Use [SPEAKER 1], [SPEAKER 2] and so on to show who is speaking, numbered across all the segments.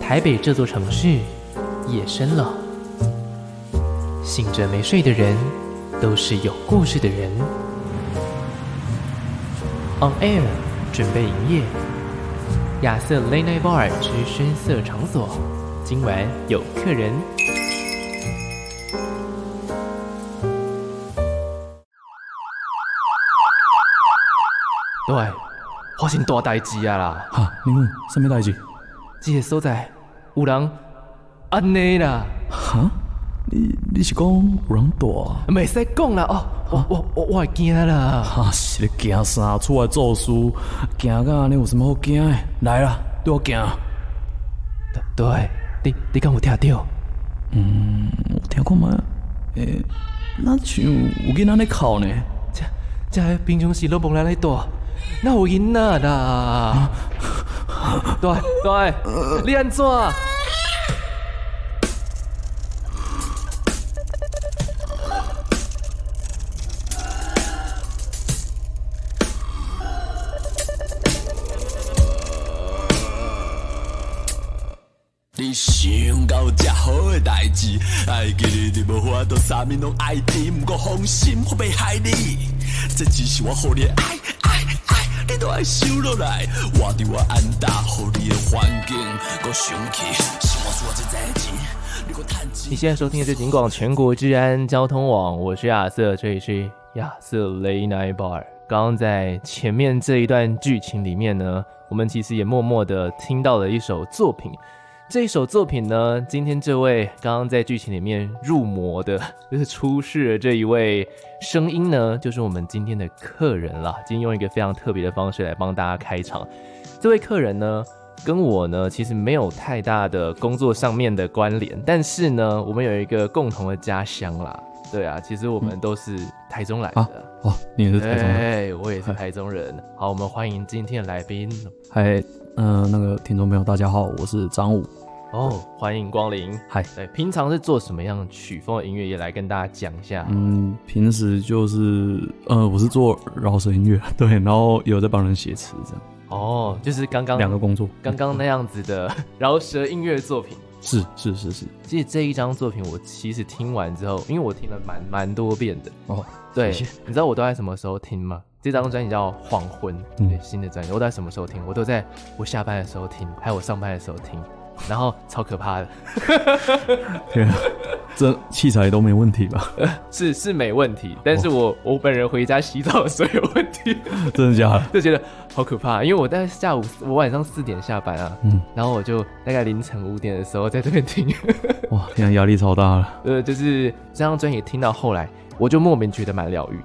[SPEAKER 1] 台北这座城市，夜深了。醒着没睡的人，都是有故事的人。On Air 准备营业，亚瑟 Late Night Bar 之深色场所，今晚有客人。对，发生大代志啊啦！
[SPEAKER 2] 哈，林文，什么代志？
[SPEAKER 1] 这个所在有人安尼啦，
[SPEAKER 2] 哈？你你是讲有人大啊？
[SPEAKER 1] 袂使讲啦哦，我我我我会惊啦。
[SPEAKER 2] 哈、是咧惊啥？出来做事，惊到安尼有什么好惊的？来啦，对我惊。
[SPEAKER 1] 对，你你敢有听到？
[SPEAKER 2] 我听看嘛，诶、那像有囡仔咧哭呢？
[SPEAKER 1] 这这的平常时都无人来住，哪有囡仔啦？对对，你安怎？
[SPEAKER 3] 你想到遮好诶代志，爱记你你无法度啥物拢爱你，毋过放心，我袂害你。这只是我互你的爱爱爱，你都爱收落来。我伫我安搭，互你诶环境，搁想起，是我输我真侪钱，你搁趁钱
[SPEAKER 1] 你。现在收听的是警广全国治安交通网，我是亚瑟，这里是亚瑟雷奈 bar。刚刚在前面这一段剧情里面呢，我们其实也默默的听到了一首作品。这一首作品呢，今天这位刚刚在剧情里面入魔的，就是出世的这一位声音呢，就是我们今天的客人啦。今天用一个非常特别的方式来帮大家开场。这位客人呢，跟我呢其实没有太大的工作上面的关联，但是呢，我们有一个共同的家乡啦。对啊，其实我们都是台中来的。
[SPEAKER 2] 啊哦，你也是台中人？
[SPEAKER 1] 哎，我也是台中人。好，我们欢迎今天的来宾
[SPEAKER 2] 嗨，嗯、那个听众朋友，大家好，我是张武。
[SPEAKER 1] 哦，欢迎光临。
[SPEAKER 2] 嗨，
[SPEAKER 1] 对，平常是做什么样曲风的音乐，也来跟大家讲一下。
[SPEAKER 2] 嗯，平时就是呃，我是做饶舌音乐，对，然后也有在帮人写词，这样
[SPEAKER 1] 哦，就是刚刚
[SPEAKER 2] 两个工作。
[SPEAKER 1] 刚刚那样子的饶舌音乐作品。
[SPEAKER 2] 是是是是，
[SPEAKER 1] 其实这一张作品，我其实听完之后，因为我听了蛮蛮多遍的。
[SPEAKER 2] 哦，
[SPEAKER 1] 对
[SPEAKER 2] 谢谢，
[SPEAKER 1] 你知道我都在什么时候听吗？这张专辑叫《黄昏》，
[SPEAKER 2] 嗯
[SPEAKER 1] 对，新的专辑，我都在什么时候听？我都在我下班的时候听，还有我上班的时候听，然后超可怕的，
[SPEAKER 2] 天、啊，这器材都没问题吧？
[SPEAKER 1] 是是没问题，但是我、我本人回家洗澡的时候有问题，
[SPEAKER 2] 真的假的？
[SPEAKER 1] 就觉得好可怕，因为我大概下午我晚上四点下班啊，
[SPEAKER 2] 嗯
[SPEAKER 1] 然后我就大概凌晨五点的时候在这边听，
[SPEAKER 2] 哇，天、啊，压力超大了。
[SPEAKER 1] 呃，就是这张专辑听到后来，我就莫名觉得蛮疗愈的，
[SPEAKER 2] 哦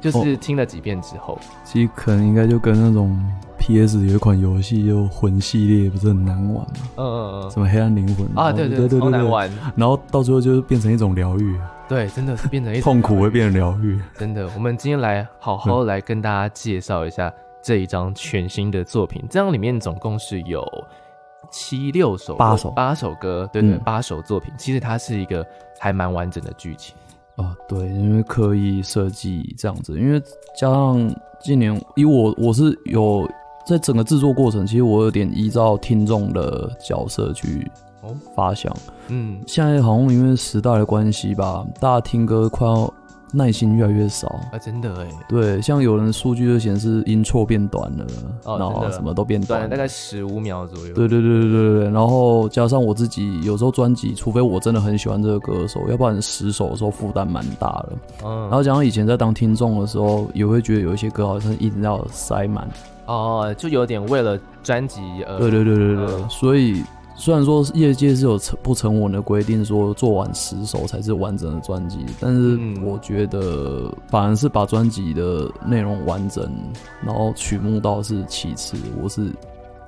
[SPEAKER 1] 就是听了几遍之后，
[SPEAKER 2] 其实可能应该就跟那种 PS 有一款游戏就魂系列不是很难玩吗？
[SPEAKER 1] 嗯嗯嗯
[SPEAKER 2] 什么黑暗灵魂
[SPEAKER 1] 啊，
[SPEAKER 2] 然后
[SPEAKER 1] 对
[SPEAKER 2] 对
[SPEAKER 1] 对，超难，玩，
[SPEAKER 2] 然后到最后就是变成一种疗愈，啊
[SPEAKER 1] 对，真的是变 成一种
[SPEAKER 2] 痛苦会嗯变成疗愈。
[SPEAKER 1] 真的，我们今天来好好来跟大家介绍一下这一张全新的作品。这张里面总共是有七六首
[SPEAKER 2] 八首
[SPEAKER 1] 八首歌，对对，
[SPEAKER 2] 嗯
[SPEAKER 1] 八首作品。其实它是一个还蛮完整的剧情。
[SPEAKER 2] 啊，对，因为刻意设计这样子，因为加上今年，以我我是有在整个制作过程，其实我有点依照听众的角色去
[SPEAKER 1] 哦
[SPEAKER 2] 发想。
[SPEAKER 1] 嗯，
[SPEAKER 2] 现在好像因为时代的关系吧，大家听歌快要耐心越来越少。
[SPEAKER 1] 啊，真的哎，
[SPEAKER 2] 对，像有人数据就显示音错变短了，
[SPEAKER 1] 哦
[SPEAKER 2] 然
[SPEAKER 1] 真
[SPEAKER 2] 后
[SPEAKER 1] 的
[SPEAKER 2] 什么都变
[SPEAKER 1] 短
[SPEAKER 2] 短
[SPEAKER 1] 了大概十五秒左右。
[SPEAKER 2] 对对对对对对，然后加上我自己，有时候专辑，除非我真的很喜欢这个歌手，要不然十首的时候负担蛮大的。
[SPEAKER 1] 嗯，
[SPEAKER 2] 然后加上以前在当听众的时候，也会觉得有一些歌好像一直要塞满。
[SPEAKER 1] 哦，就有点为了专辑而
[SPEAKER 2] 对对对对对对，
[SPEAKER 1] 嗯
[SPEAKER 2] 所以虽然说业界是有成不成文的规定，说做完十首才是完整的专辑，但是
[SPEAKER 1] 嗯
[SPEAKER 2] 我觉得反而是把专辑的内容完整，然后曲目倒是其次，我是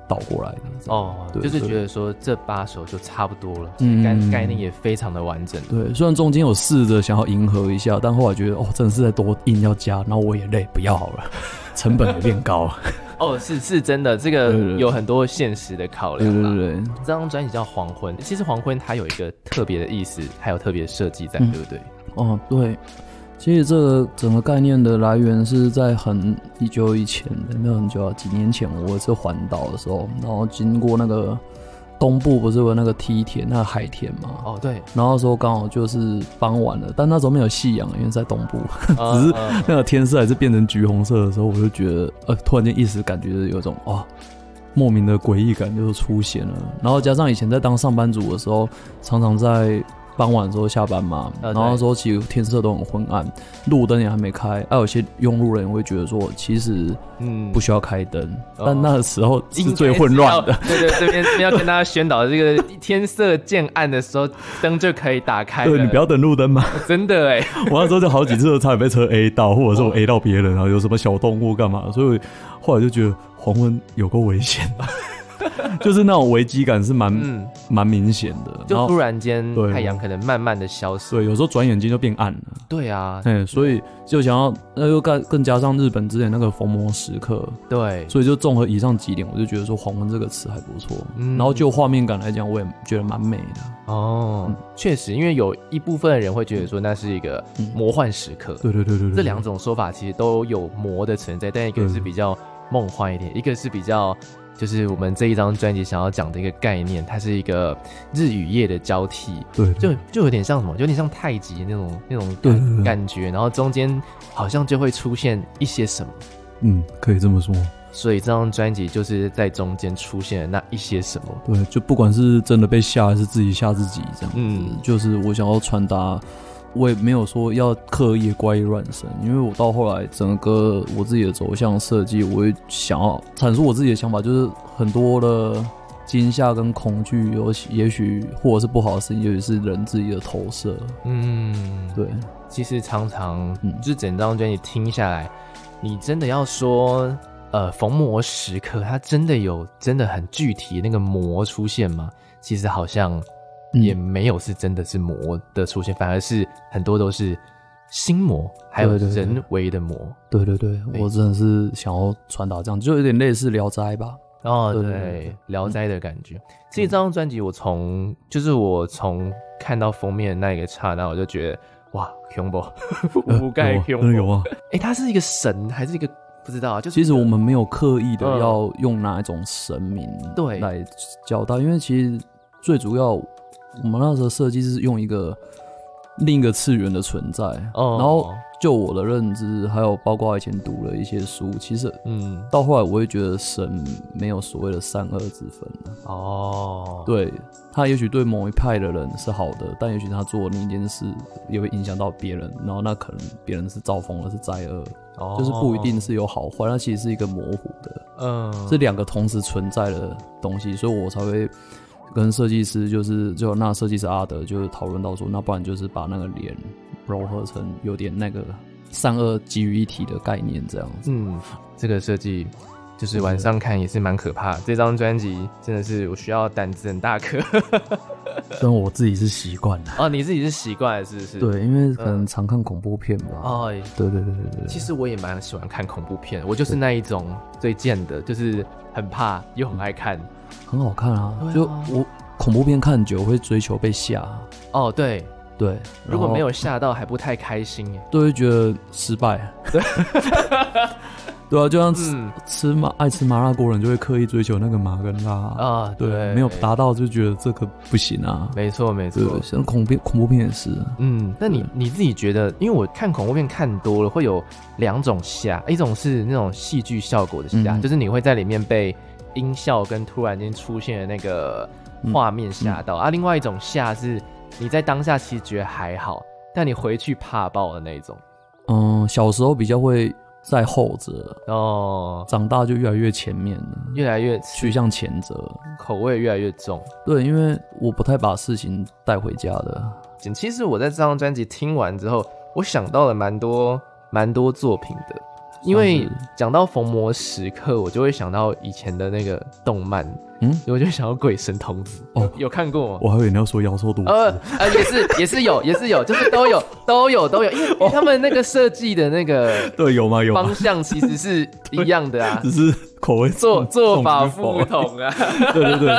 [SPEAKER 2] 倒过来的。
[SPEAKER 1] 哦，
[SPEAKER 2] 对
[SPEAKER 1] 就是
[SPEAKER 2] 对
[SPEAKER 1] 觉得说这八首就差不多了，
[SPEAKER 2] 嗯
[SPEAKER 1] 概概念也非常的完整。
[SPEAKER 2] 对，虽然中间有试着想要迎合一下，但后来觉得哦，真的是在多硬要加，然后我也累，不要好了， 成本也变 高了。
[SPEAKER 1] 哦，是是真的，这个
[SPEAKER 2] 对对对
[SPEAKER 1] 有很多现实的考
[SPEAKER 2] 对
[SPEAKER 1] 量
[SPEAKER 2] 对
[SPEAKER 1] 啦。
[SPEAKER 2] 对对，
[SPEAKER 1] 这张专辑叫《黄昏》，其实《黄昏》它有一个特别的意思，还有特别的设计在，
[SPEAKER 2] 嗯
[SPEAKER 1] 对不对？
[SPEAKER 2] 哦对，其实这个整个概念的来源是在很久以前，没有很久啊，几年前我是环岛的时候，然后经过那个东部不是有那个梯田，那个海田嘛。
[SPEAKER 1] 哦， 对，
[SPEAKER 2] 然后那时候刚好就是傍晚了，但那时候没有夕阳，因为在东部，
[SPEAKER 1] 只
[SPEAKER 2] 是那个天色还是变成橘红色的时候，我就觉得，呃，突然间一时感觉有一种哇，莫名的诡异感就是出现了。然后加上以前在当上班族的时候，常常在傍晚的时候下班嘛，
[SPEAKER 1] 呃对
[SPEAKER 2] 然后那时候其实天色都很昏暗，路灯也还没开，啊，有些用路人会觉得说，其实
[SPEAKER 1] 嗯
[SPEAKER 2] 不需要开灯，
[SPEAKER 1] 哦
[SPEAKER 2] 但那时候是
[SPEAKER 1] 应该
[SPEAKER 2] 最混乱的。
[SPEAKER 1] 要。对对，这边这边要跟大家宣导，这个天色渐暗的时候，灯就可以打开了。
[SPEAKER 2] 对你不要等路灯嘛，
[SPEAKER 1] 真的哎，
[SPEAKER 2] 我那时候就好几次都差点被车 A 到，或者是
[SPEAKER 1] 哦
[SPEAKER 2] 我 A 到别人，然后有什么小动物干嘛，所以后来就觉得黄昏有够危险的， 就是那种危机感是蛮
[SPEAKER 1] 嗯，
[SPEAKER 2] 蛮、明显的。然
[SPEAKER 1] 就
[SPEAKER 2] 后
[SPEAKER 1] 突然间
[SPEAKER 2] 对
[SPEAKER 1] 太阳可能慢慢的消失。
[SPEAKER 2] 对，有时候转眼睛就变暗了。
[SPEAKER 1] 对啊，
[SPEAKER 2] 嗯，所以就想要，那又更更加上日本之前那个逢魔时刻，
[SPEAKER 1] 对，
[SPEAKER 2] 所以就综合以上几点，我就觉得说黄昏这个词还不错。
[SPEAKER 1] 嗯
[SPEAKER 2] 然后就画面感来讲，我也觉得蛮美的。
[SPEAKER 1] 哦，
[SPEAKER 2] 嗯
[SPEAKER 1] 确实，因为有一部分人会觉得说那是一个魔幻时刻。
[SPEAKER 2] 嗯对对对对对，
[SPEAKER 1] 这两种说法其实都有魔的存在，但一个是比较梦幻一点，一个是比较就是我们这一张专辑想要讲的一个概念，它是一个日与夜的交替。
[SPEAKER 2] 对
[SPEAKER 1] 就就有点像什么，有点像太极那种那种
[SPEAKER 2] 嗯对对对
[SPEAKER 1] 感觉，然后中间好像就会出现一些什么，
[SPEAKER 2] 嗯，可以这么说。
[SPEAKER 1] 所以这张专辑就是在中间出现了那一些什么。
[SPEAKER 2] 对，就不管是真的被吓，还是自己吓自己这样子，
[SPEAKER 1] 嗯
[SPEAKER 2] 就是我想要传达，我也没有说要刻意怪力乱神，因为我到后来整个我自己的走向设计，我也想要阐述我自己的想法，就是很多的惊吓跟恐惧，尤其也许或者是不好的事情，也许是人自己的投射，
[SPEAKER 1] 嗯，
[SPEAKER 2] 对，
[SPEAKER 1] 其实常常
[SPEAKER 2] 嗯
[SPEAKER 1] 就是整张专辑听下来，你真的要说，呃，逢魔时刻，它真的有真的很具体那个魔出现吗？其实好像
[SPEAKER 2] 嗯
[SPEAKER 1] 也没有是真的是魔的出现，反而是很多都是心魔，还有
[SPEAKER 2] 对对对
[SPEAKER 1] 人为的魔。
[SPEAKER 2] 对对对，
[SPEAKER 1] 对
[SPEAKER 2] 我真的是想要传达这样，就有点类似《聊斋》吧，
[SPEAKER 1] 哦，
[SPEAKER 2] 对
[SPEAKER 1] 对，
[SPEAKER 2] 对对对
[SPEAKER 1] 聊斋》的感觉。其实这张专辑，我从就是我从看到封面的那一个刹那，我就觉得哇 c u m b o 覆盖 c u
[SPEAKER 2] 呃有
[SPEAKER 1] m b
[SPEAKER 2] 有
[SPEAKER 1] o
[SPEAKER 2] 啊，
[SPEAKER 1] 哎，他是一个神还是一个不知道啊？就是
[SPEAKER 2] 其实我们没有刻意的
[SPEAKER 1] 嗯
[SPEAKER 2] 要用哪一种神明
[SPEAKER 1] 对
[SPEAKER 2] 来交代，因为其实最主要我们那时候设计是用一个另一个次元的存在。
[SPEAKER 1] 哦
[SPEAKER 2] 然后就我的认知，还有包括以前读了一些书，其实
[SPEAKER 1] 嗯
[SPEAKER 2] 到后来我会觉得神没有所谓的善恶之分啊、
[SPEAKER 1] 哦，
[SPEAKER 2] 对他也许对某一派的人是好的，但也许他做另一件事也会影响到别人，然后那可能别人是造风了，是灾厄，
[SPEAKER 1] 哦
[SPEAKER 2] 就是不一定是有好坏，它其实是一个模糊的。
[SPEAKER 1] 嗯
[SPEAKER 2] 是两个同时存在的东西，所以我才会跟设计师，就是就那设计师阿德，就是讨论到说，那不然就是把那个脸柔合成有点那个善恶集于一体的概念这样子。
[SPEAKER 1] 嗯，这个设计。就是晚上看也是蛮可怕的，这张专辑真的是我需要胆子很大颗。
[SPEAKER 2] 虽然我自己是习惯了，
[SPEAKER 1] 哦，你自己是习惯了是不是？。嗯
[SPEAKER 2] 对，因为可能常看恐怖片吧。
[SPEAKER 1] 哦，
[SPEAKER 2] 对对对对对
[SPEAKER 1] 其
[SPEAKER 2] 对。
[SPEAKER 1] 实我也蛮喜欢看恐怖片，我就是那一种最贱的，就是很怕又很爱看。
[SPEAKER 2] 很好看啊！
[SPEAKER 1] 对啊
[SPEAKER 2] 就我恐怖片看久会追求被吓，
[SPEAKER 1] 哦，对，
[SPEAKER 2] 对，
[SPEAKER 1] 如果没
[SPEAKER 2] 有。
[SPEAKER 1] 有吓到还不太开心耶。
[SPEAKER 2] 都会觉得失败。 对啊，就像吃、
[SPEAKER 1] 嗯
[SPEAKER 2] 吃麻爱吃麻辣锅的人就会刻意追求那个麻跟辣啊，
[SPEAKER 1] 啊，
[SPEAKER 2] 对，没有
[SPEAKER 1] 答，
[SPEAKER 2] 达到就觉得这个不行啊。
[SPEAKER 1] 没错没错
[SPEAKER 2] 对，。像恐怖片恐怖片也是啊，
[SPEAKER 1] 嗯，那你你自己觉得，因为我看恐怖片看多了，会有两种吓，一种是那种戏剧效果的吓，
[SPEAKER 2] 嗯
[SPEAKER 1] 就是你会在里面被音效跟突然间出现的那个画面吓到、啊；，另外一种吓是你在当下其实觉得还好，但你回去怕爆的那种。
[SPEAKER 2] 嗯，小时候比较会在后者，
[SPEAKER 1] 哦，
[SPEAKER 2] 长大就越来越前面了，
[SPEAKER 1] 越来越
[SPEAKER 2] 趋向前者。
[SPEAKER 1] 口味越来越重。
[SPEAKER 2] 对，因为我不太把事情带回家的。
[SPEAKER 1] 其实我在这张专辑听完之后，我想到了蛮多蛮多作品的，因为
[SPEAKER 2] 像是
[SPEAKER 1] 讲到逢魔时刻，我就会想到以前的那个动漫，
[SPEAKER 2] 嗯，
[SPEAKER 1] 我就会想到鬼神童子，
[SPEAKER 2] 哦
[SPEAKER 1] 有有看过吗？
[SPEAKER 2] 我还以为你要说妖兽毒
[SPEAKER 1] 呃呃，也是也是有也是有，就是都有都有都有，因为因为他们那个设计的那个
[SPEAKER 2] 对，有哦吗？有啊
[SPEAKER 1] 方向其实是一样的啊，
[SPEAKER 2] 是口味
[SPEAKER 1] 做做法不同啊。
[SPEAKER 2] 对对对，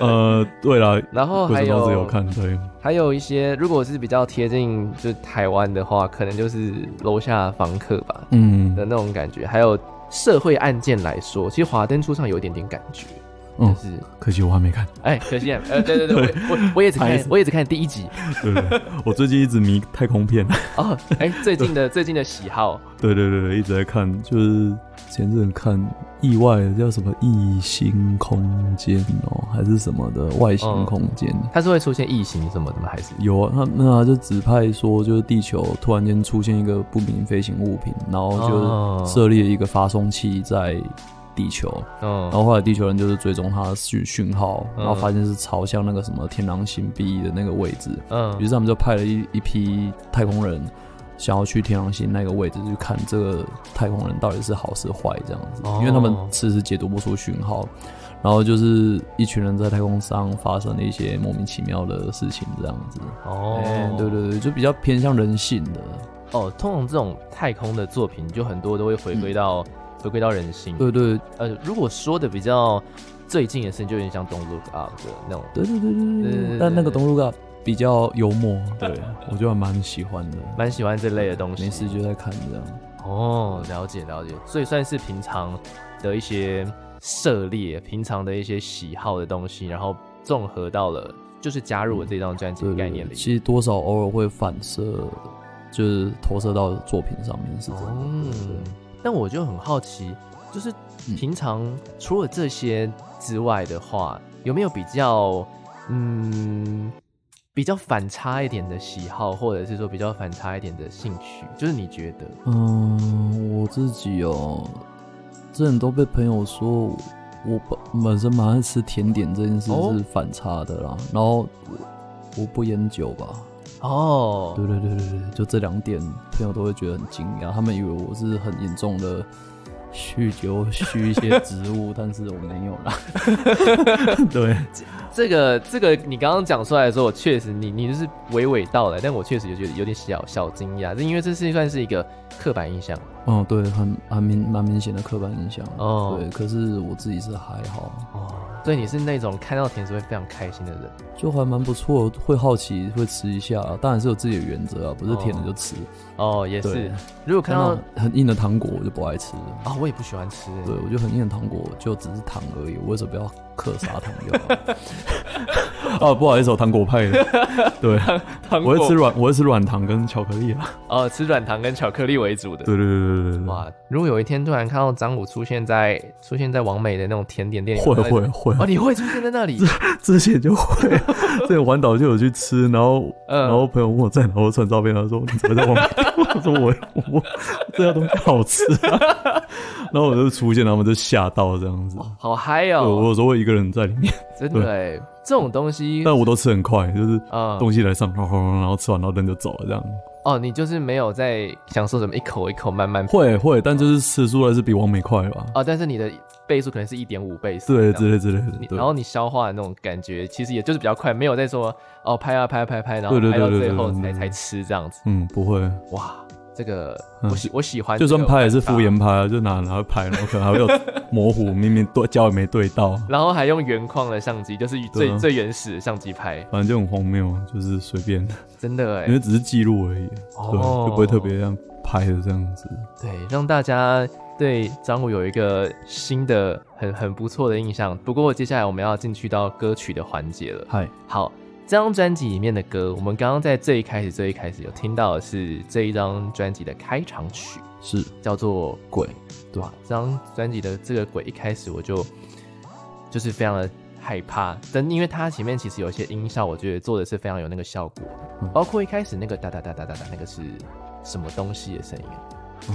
[SPEAKER 2] 呃，对了，
[SPEAKER 1] 然后
[SPEAKER 2] 鬼
[SPEAKER 1] 还
[SPEAKER 2] 神童子
[SPEAKER 1] 有
[SPEAKER 2] 有看，对，
[SPEAKER 1] 还有一些，如果是比较贴近就台湾的话，可能就是楼下房客吧
[SPEAKER 2] 嗯
[SPEAKER 1] 呃的，那种感觉。还有社会案件来说，其实《华灯初上》有一点点感觉。就
[SPEAKER 2] 嗯
[SPEAKER 1] 是
[SPEAKER 2] 可惜我还 没看。
[SPEAKER 1] 哎、可惜啊，呃，对对对，我我我也只
[SPEAKER 2] 不好意
[SPEAKER 1] 看
[SPEAKER 2] 思
[SPEAKER 1] 我也只看第一集
[SPEAKER 2] 对对对，我最近一直迷太空片。
[SPEAKER 1] 哦，哎、最近的最近的喜好，
[SPEAKER 2] 对对对对，一直在看，就是前阵看意外的叫什么异星空间哦，还是什么的外星空间。
[SPEAKER 1] 它是会出现异形什么的吗？还是
[SPEAKER 2] 有啊，他那他就指派说，就是地球突然间出现一个不明飞行物品，然后
[SPEAKER 1] 哦
[SPEAKER 2] 就设立了一个发送器在地球，然
[SPEAKER 1] 嗯
[SPEAKER 2] 后后来地球人就是追踪它的讯讯号，
[SPEAKER 1] 嗯
[SPEAKER 2] 然后发现是朝向那个什么天狼星 B 的那个位置，于
[SPEAKER 1] 嗯
[SPEAKER 2] 是他们就派了一一批太空人，想要去天狼星那个位置去看这个太空人到底是好是坏这样子，
[SPEAKER 1] 哦
[SPEAKER 2] 因为他们迟迟解读不出讯号。然后就是一群人在太空上发生了一些莫名其妙的事情，这样子。
[SPEAKER 1] 哦、
[SPEAKER 2] 哎，对对对，就比较偏向人性的。
[SPEAKER 1] 哦，通常这种太空的作品，就很多都会回归到、回归到人性。
[SPEAKER 2] 嗯对对
[SPEAKER 1] 呃，如果说的比较最近的事情，就有点像《Don't Look Up》的那种。
[SPEAKER 2] 对对对对
[SPEAKER 1] 对
[SPEAKER 2] 对
[SPEAKER 1] 对对
[SPEAKER 2] 对。但那个东路嘎比较幽默，对我就还蛮喜欢的。
[SPEAKER 1] 蛮喜欢这类的东西，
[SPEAKER 2] 没事就在看这样。
[SPEAKER 1] 哦，了解了解，所以算是平常的一些涉猎，平常的一些喜好的东西，然后综合到了，就是加入我这张专辑
[SPEAKER 2] 嗯对
[SPEAKER 1] 的
[SPEAKER 2] 对
[SPEAKER 1] 概
[SPEAKER 2] 对
[SPEAKER 1] 念里。
[SPEAKER 2] 其实多少偶尔会反射，就是投射到作品上面是这样。
[SPEAKER 1] 哦
[SPEAKER 2] 对对对，
[SPEAKER 1] 但我就很好奇，就是
[SPEAKER 2] 嗯
[SPEAKER 1] 平常除了这些之外的话，有没有比较嗯比较反差一点的喜好，或者是说比较反差一点的兴趣？就是你觉得，
[SPEAKER 2] 嗯，我自己哦，之前都被朋友说我本本身蛮爱吃甜点这件事
[SPEAKER 1] 哦
[SPEAKER 2] 是反差的啦，然后我我不烟酒吧，
[SPEAKER 1] 哦，
[SPEAKER 2] 对对对对对，就这两点，朋友都会觉得很惊讶，他们以为我是很严重的酗酒酗一些植物，但是我没有 啦。对，
[SPEAKER 1] 这个这个，你刚刚讲出来的时候，我确实你你就是娓娓道来，但我确实就觉得有点小小惊讶，这因为这是算是一个刻板印象
[SPEAKER 2] 哦，对，很蛮明蛮明显的刻板印象。
[SPEAKER 1] 哦
[SPEAKER 2] 对，可是我自己是还好，
[SPEAKER 1] 哦，所以你是那种看到甜食会非常开心的人
[SPEAKER 2] 就还蛮不错，会好奇会吃一下，当然是有自己的原则啊，不是甜的就吃。
[SPEAKER 1] 哦，也
[SPEAKER 2] 对
[SPEAKER 1] 是。如果看到
[SPEAKER 2] 但那很硬的糖果我就不爱吃了。
[SPEAKER 1] 啊、我也不喜欢吃，
[SPEAKER 2] 对，我觉得很硬的糖果就只是糖而已，我为什么要嗑砂糖就好？ 啊，不好意思，我糖果派的。对，
[SPEAKER 1] 糖
[SPEAKER 2] 我会吃软，我会吃软糖跟巧克力啊。
[SPEAKER 1] 哦，吃软糖跟巧克力为主的。
[SPEAKER 2] 对对对对对对，
[SPEAKER 1] 哇，如果有一天突然看到张武出现在出现在王美的那种甜点店里，
[SPEAKER 2] 会
[SPEAKER 1] 你
[SPEAKER 2] 会会啊
[SPEAKER 1] 哦，你会出现在那 里，
[SPEAKER 2] 之前就会， 之前环岛就有去吃，然后、
[SPEAKER 1] 嗯
[SPEAKER 2] 然后朋友问我在哪，我传照片，他说你怎么在外面？ 我说我我我这家东西好吃、啊，然后我就出现，他们就吓到这样子。
[SPEAKER 1] 好嗨
[SPEAKER 2] 对，我
[SPEAKER 1] 哦，
[SPEAKER 2] 有时候会一个人在里面，
[SPEAKER 1] 真的哎，这种东西
[SPEAKER 2] 但我都吃很快，就是
[SPEAKER 1] 啊、
[SPEAKER 2] 东西来上，然后然后吃完，然后人就走了这样。
[SPEAKER 1] 哦，你就是没有在享受什么一口一口慢慢
[SPEAKER 2] 会会，但就是吃出来是比王美快吧？
[SPEAKER 1] 哦，但是你的倍数可能是一点五倍速这
[SPEAKER 2] 对，
[SPEAKER 1] 样，
[SPEAKER 2] 之类之类
[SPEAKER 1] 你
[SPEAKER 2] 的。对
[SPEAKER 1] 然后你消化的那种感觉，其实也就是比较快，没有在说哦拍啊拍啊拍啊拍，然后
[SPEAKER 2] 对对
[SPEAKER 1] 拍到
[SPEAKER 2] 对
[SPEAKER 1] 最
[SPEAKER 2] 对对
[SPEAKER 1] 后
[SPEAKER 2] 对
[SPEAKER 1] 才
[SPEAKER 2] 对对
[SPEAKER 1] 才吃这样子，
[SPEAKER 2] 嗯，不会，
[SPEAKER 1] 哇，这个
[SPEAKER 2] 嗯
[SPEAKER 1] 我喜我喜欢，
[SPEAKER 2] 就算拍也是敷。衍拍啊，就拿拿拍，然后可能还会有模糊，明明对焦也没对到。
[SPEAKER 1] 然后还用原矿的相机，就是最、
[SPEAKER 2] 对啊
[SPEAKER 1] 最原始的相机拍，
[SPEAKER 2] 反正就很荒谬，啊就是随便，
[SPEAKER 1] 真的哎
[SPEAKER 2] 因，为只是记录而已，
[SPEAKER 1] 哦
[SPEAKER 2] 对，啊就不会特别这样拍的这样子。
[SPEAKER 1] 对，让大家对张武有一个新的很很不错的印象。不过接下来我们要进去到歌曲的环节了。
[SPEAKER 2] 嗨，
[SPEAKER 1] 好，这张专辑里面的歌，我们刚刚在最一开始最一开始有听到的是这一张专辑的开场曲，
[SPEAKER 2] 是
[SPEAKER 1] 叫做《鬼》。
[SPEAKER 2] 对
[SPEAKER 1] 哇，这张专辑的这个《鬼》一开始我就 就是非常的害怕，但因为它前面其实有一些音效，我觉得做的是非常有那个效果，
[SPEAKER 2] 嗯
[SPEAKER 1] 包括一开始那个哒哒哒哒哒哒那个是什么东西的声音啊？
[SPEAKER 2] 哦，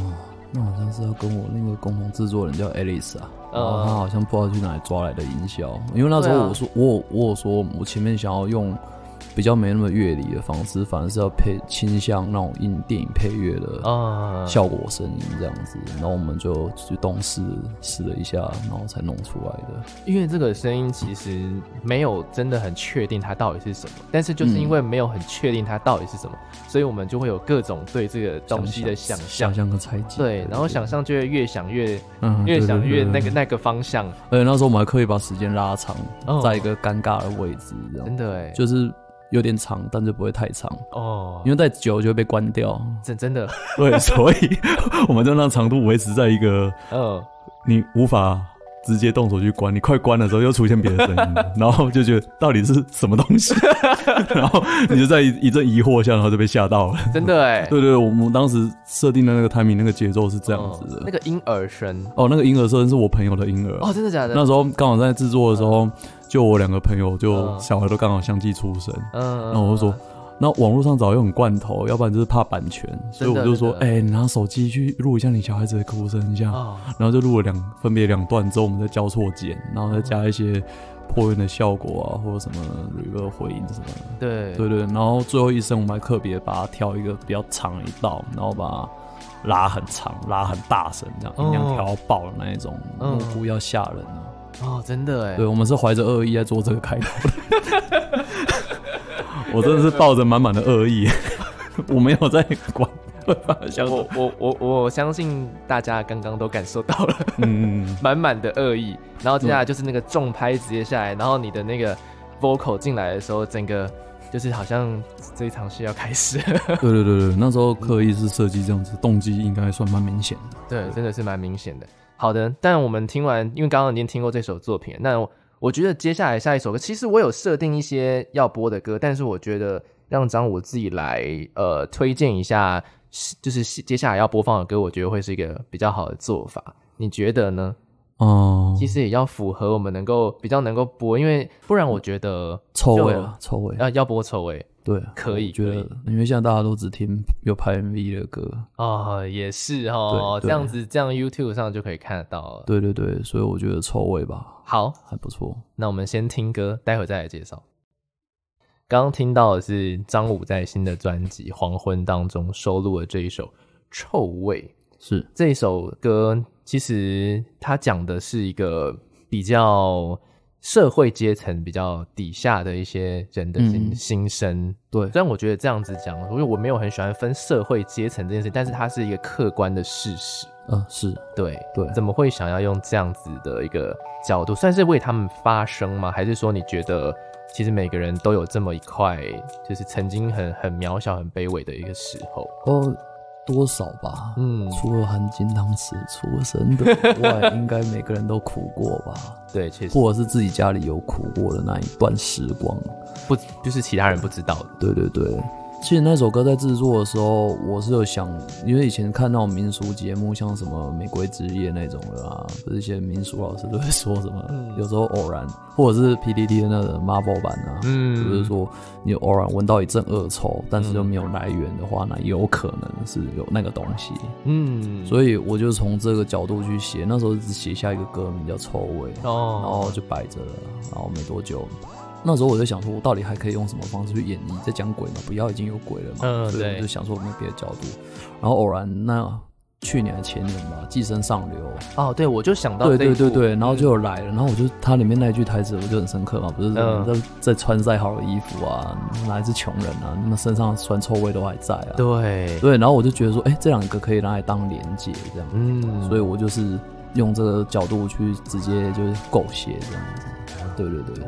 [SPEAKER 2] 那好像是要跟我那个共同制作人叫 Alice 啊，
[SPEAKER 1] 嗯
[SPEAKER 2] 然后他好像不知道去哪里抓来的音效，因为那时
[SPEAKER 1] 对啊
[SPEAKER 2] 候我说、我有我有说我前面想要用比较没那么乐理的方式，反而是要配倾向那种音电影配乐的
[SPEAKER 1] 啊、
[SPEAKER 2] 效果声音这样子，然后我们就去动试试了一下，然后才弄出来的。
[SPEAKER 1] 因为这个声音其实没有真的很确定它到底是什么，但是就是因为没有很确定它到底是什么，所以我们就会有各种对这个东西的想
[SPEAKER 2] 想
[SPEAKER 1] 象。
[SPEAKER 2] 象和猜忌，
[SPEAKER 1] 对，然后想象就会越想越
[SPEAKER 2] 嗯
[SPEAKER 1] 越
[SPEAKER 2] 对
[SPEAKER 1] 想
[SPEAKER 2] 对
[SPEAKER 1] 越
[SPEAKER 2] 对
[SPEAKER 1] 那个
[SPEAKER 2] 对
[SPEAKER 1] 那个方向，
[SPEAKER 2] 而且那时候我们还刻意把时间拉长
[SPEAKER 1] 哦，
[SPEAKER 2] 在一个尴尬的位置，这
[SPEAKER 1] 真
[SPEAKER 2] 样
[SPEAKER 1] 的哎，
[SPEAKER 2] 就是有点长，但就不会太长，
[SPEAKER 1] 哦，
[SPEAKER 2] 因为再久就会被关掉。
[SPEAKER 1] 真真的，
[SPEAKER 2] 对，所以我们就让长度维持在一个
[SPEAKER 1] 嗯，
[SPEAKER 2] 你无法直接动手去关，你快关的时候又出现别的声音了，然后就觉得到底是什么东西， 然后你就在一一阵疑惑下，然后就被吓到了。
[SPEAKER 1] 真的 哎、
[SPEAKER 2] 对对，我们当时设定的那个 timing 那个节奏是这样子
[SPEAKER 1] 嗯
[SPEAKER 2] 的。
[SPEAKER 1] 那个婴儿声
[SPEAKER 2] 哦，那个婴儿声是我朋友的婴儿，
[SPEAKER 1] 哦，真的假的？
[SPEAKER 2] 那时候刚好在制作的时候，就我两个朋友就
[SPEAKER 1] 嗯
[SPEAKER 2] 小孩都刚好相继出生，
[SPEAKER 1] 嗯，
[SPEAKER 2] 然后我就说，那网络上找又很罐头，要不然就是怕版权，所以
[SPEAKER 1] 真的
[SPEAKER 2] 我就说，
[SPEAKER 1] 真的
[SPEAKER 2] 哎、你拿手机去录一下你小孩子的哭声一下，
[SPEAKER 1] 哦
[SPEAKER 2] 然后就录了两分别两段之后，我们再交错剪，
[SPEAKER 1] 嗯
[SPEAKER 2] 然后再加一些破音的效果啊，或者什么 reverb 回音什么的，
[SPEAKER 1] 对
[SPEAKER 2] 对对，然后最后一声我们还特别把它挑一个比较长一道，然后把它。拉很长，拉很大声，这样音量
[SPEAKER 1] 哦
[SPEAKER 2] 调到爆的那一种，
[SPEAKER 1] 嗯
[SPEAKER 2] 目不要吓人啊。
[SPEAKER 1] 哦，真的哎、
[SPEAKER 2] 对，我们是怀着恶意在做这个开头 的。我真的是抱着满满的恶意， 我没有在管。想
[SPEAKER 1] 我我我我相信大家刚刚都感受到了
[SPEAKER 2] 嗯，嗯
[SPEAKER 1] 满满的恶意，然后接下来就是那个重拍直接下来，然后你的那个 vocal 进来的时候，整个就是好像这一场戏要开始了，
[SPEAKER 2] 对对对对，那时候刻意是设计这样子，动机应该算蛮明显的。
[SPEAKER 1] 对，真的是蛮明显的。好的，但我们听完，因为刚刚已经听过这首作品了，那我我觉得接下来下一首歌，其实我有设定一些要播的歌，但是我觉得让张我自己来呃推荐一下，就是接下来要播放的歌，我觉得会是一个比较好的做法，你觉得呢？
[SPEAKER 2] 哦、
[SPEAKER 1] 其实也要符合我们能够比较能够播，因为不然我觉得
[SPEAKER 2] 臭
[SPEAKER 1] 就呃
[SPEAKER 2] 味啊，臭味，
[SPEAKER 1] 要要播臭味
[SPEAKER 2] 对，啊
[SPEAKER 1] 可以
[SPEAKER 2] 我觉
[SPEAKER 1] 可
[SPEAKER 2] 得
[SPEAKER 1] 以，
[SPEAKER 2] 因为现在大家都只听有拍 MV 的歌，
[SPEAKER 1] 哦，也是哦，这
[SPEAKER 2] 对对
[SPEAKER 1] 样子这样 YouTube 上就可以看得到了。
[SPEAKER 2] 对对对，所以我觉得臭味吧
[SPEAKER 1] 好，
[SPEAKER 2] 还不错。
[SPEAKER 1] 那我们先听歌，待会再来介绍。刚刚听到的是张武在新的专辑《黄昏》当中收录的这一首《臭味》。
[SPEAKER 2] 是，
[SPEAKER 1] 这一首歌其实它讲的是一个比较社会阶层比较底下的一些人的心、
[SPEAKER 2] 嗯
[SPEAKER 1] 心声。
[SPEAKER 2] 对
[SPEAKER 1] 虽然我觉得这样子讲，因为我没有很喜欢分社会阶层这件事，但是它是一个客观的事实。
[SPEAKER 2] 嗯、是，
[SPEAKER 1] 对
[SPEAKER 2] 对
[SPEAKER 1] 怎么会想要用这样子的一个角度，算是为他们发声吗？还是说你觉得其实每个人都有这么一块，就是曾经很很渺小、很卑微的一个时候？
[SPEAKER 2] 哦，多少吧，
[SPEAKER 1] 嗯，
[SPEAKER 2] 除了含金汤匙出生的以外，应该每个人都苦过 吧，
[SPEAKER 1] 对，确实
[SPEAKER 2] 或者是自己家里有苦过的那一段时光。
[SPEAKER 1] 不就是其他人不知道的。
[SPEAKER 2] 对对对，其实那首歌在制作的时候，我是有想，因为以前看那种民俗节目，像什么《玫瑰之夜》那种的啊，不是一些民俗老师都会说什么，
[SPEAKER 1] 嗯
[SPEAKER 2] 有时候偶然，或者是 PDD 的那个 Marvel 版啊，
[SPEAKER 1] 嗯
[SPEAKER 2] 就是说你偶然闻到一阵恶臭，但是又没有来源的话，那有可能是有那个东西。
[SPEAKER 1] 嗯，
[SPEAKER 2] 所以我就从这个角度去写，那时候只写下一个歌名叫《臭味》，然
[SPEAKER 1] 哦，
[SPEAKER 2] 后就摆着了，然后没多久，那时候我就想说，我到底还可以用什么方式去演绎？在讲鬼嘛，不要已经有鬼了嘛，
[SPEAKER 1] 嗯
[SPEAKER 2] 所以
[SPEAKER 1] 对
[SPEAKER 2] 我就想说我没有别的角度，然后偶然那去年还前年吧，《寄生上流》，
[SPEAKER 1] 哦，对，我就想到
[SPEAKER 2] 对
[SPEAKER 1] 这一
[SPEAKER 2] 对对
[SPEAKER 1] 部嗯
[SPEAKER 2] 对，然后就有来了，然后我就它里面那一句台词我就很深刻嘛，不是
[SPEAKER 1] 嗯
[SPEAKER 2] 在在穿再好的衣服啊，哪一是穷人啊，那么身上酸臭味都还在啊，
[SPEAKER 1] 对，
[SPEAKER 2] 对，然后我就觉得说，哎，这两个可以拿来当连接这样，
[SPEAKER 1] 嗯，
[SPEAKER 2] 所以我就是用这个角度去直接就是狗血这样子。对对对，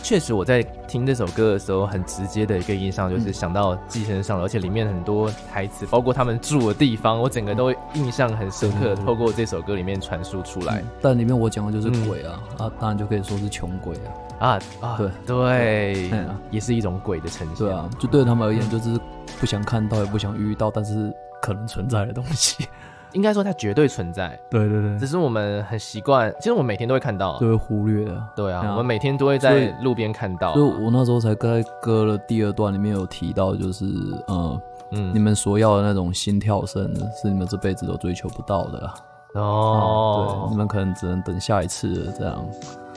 [SPEAKER 1] 确实我在听这首歌的时候，很直接的一个印象就是想到《寄生上流》，而且里面很多台词，包括他们住的地方，我整个都印象很深刻，透过这首歌里面传输出来
[SPEAKER 2] 嗯但里面我讲的就是鬼啊，啊，当然就可以说是穷鬼啊，
[SPEAKER 1] 啊啊，
[SPEAKER 2] 对
[SPEAKER 1] 对
[SPEAKER 2] 嗯啊，
[SPEAKER 1] 也是一种鬼的呈现。
[SPEAKER 2] 对啊，就对他们而言就是不想看到也不想遇到，但是可能存在的东西。
[SPEAKER 1] 应该说它绝对存在，
[SPEAKER 2] 对对对
[SPEAKER 1] 只，是我们很习惯，其实我们每天都会看到
[SPEAKER 2] 就。会忽略啊。
[SPEAKER 1] 对
[SPEAKER 2] 对
[SPEAKER 1] 啊，
[SPEAKER 2] 啊
[SPEAKER 1] 我们每天都会
[SPEAKER 2] 所
[SPEAKER 1] 在
[SPEAKER 2] 以
[SPEAKER 1] 路边看到
[SPEAKER 2] 所以。我那时候才在歌的第二段里面有提到，就是呃，你
[SPEAKER 1] 嗯，
[SPEAKER 2] 们所要的那种心跳声是你们这辈子都追求不到的啦。啊对，你
[SPEAKER 1] 哦，
[SPEAKER 2] 们可能只能等下一次了这样。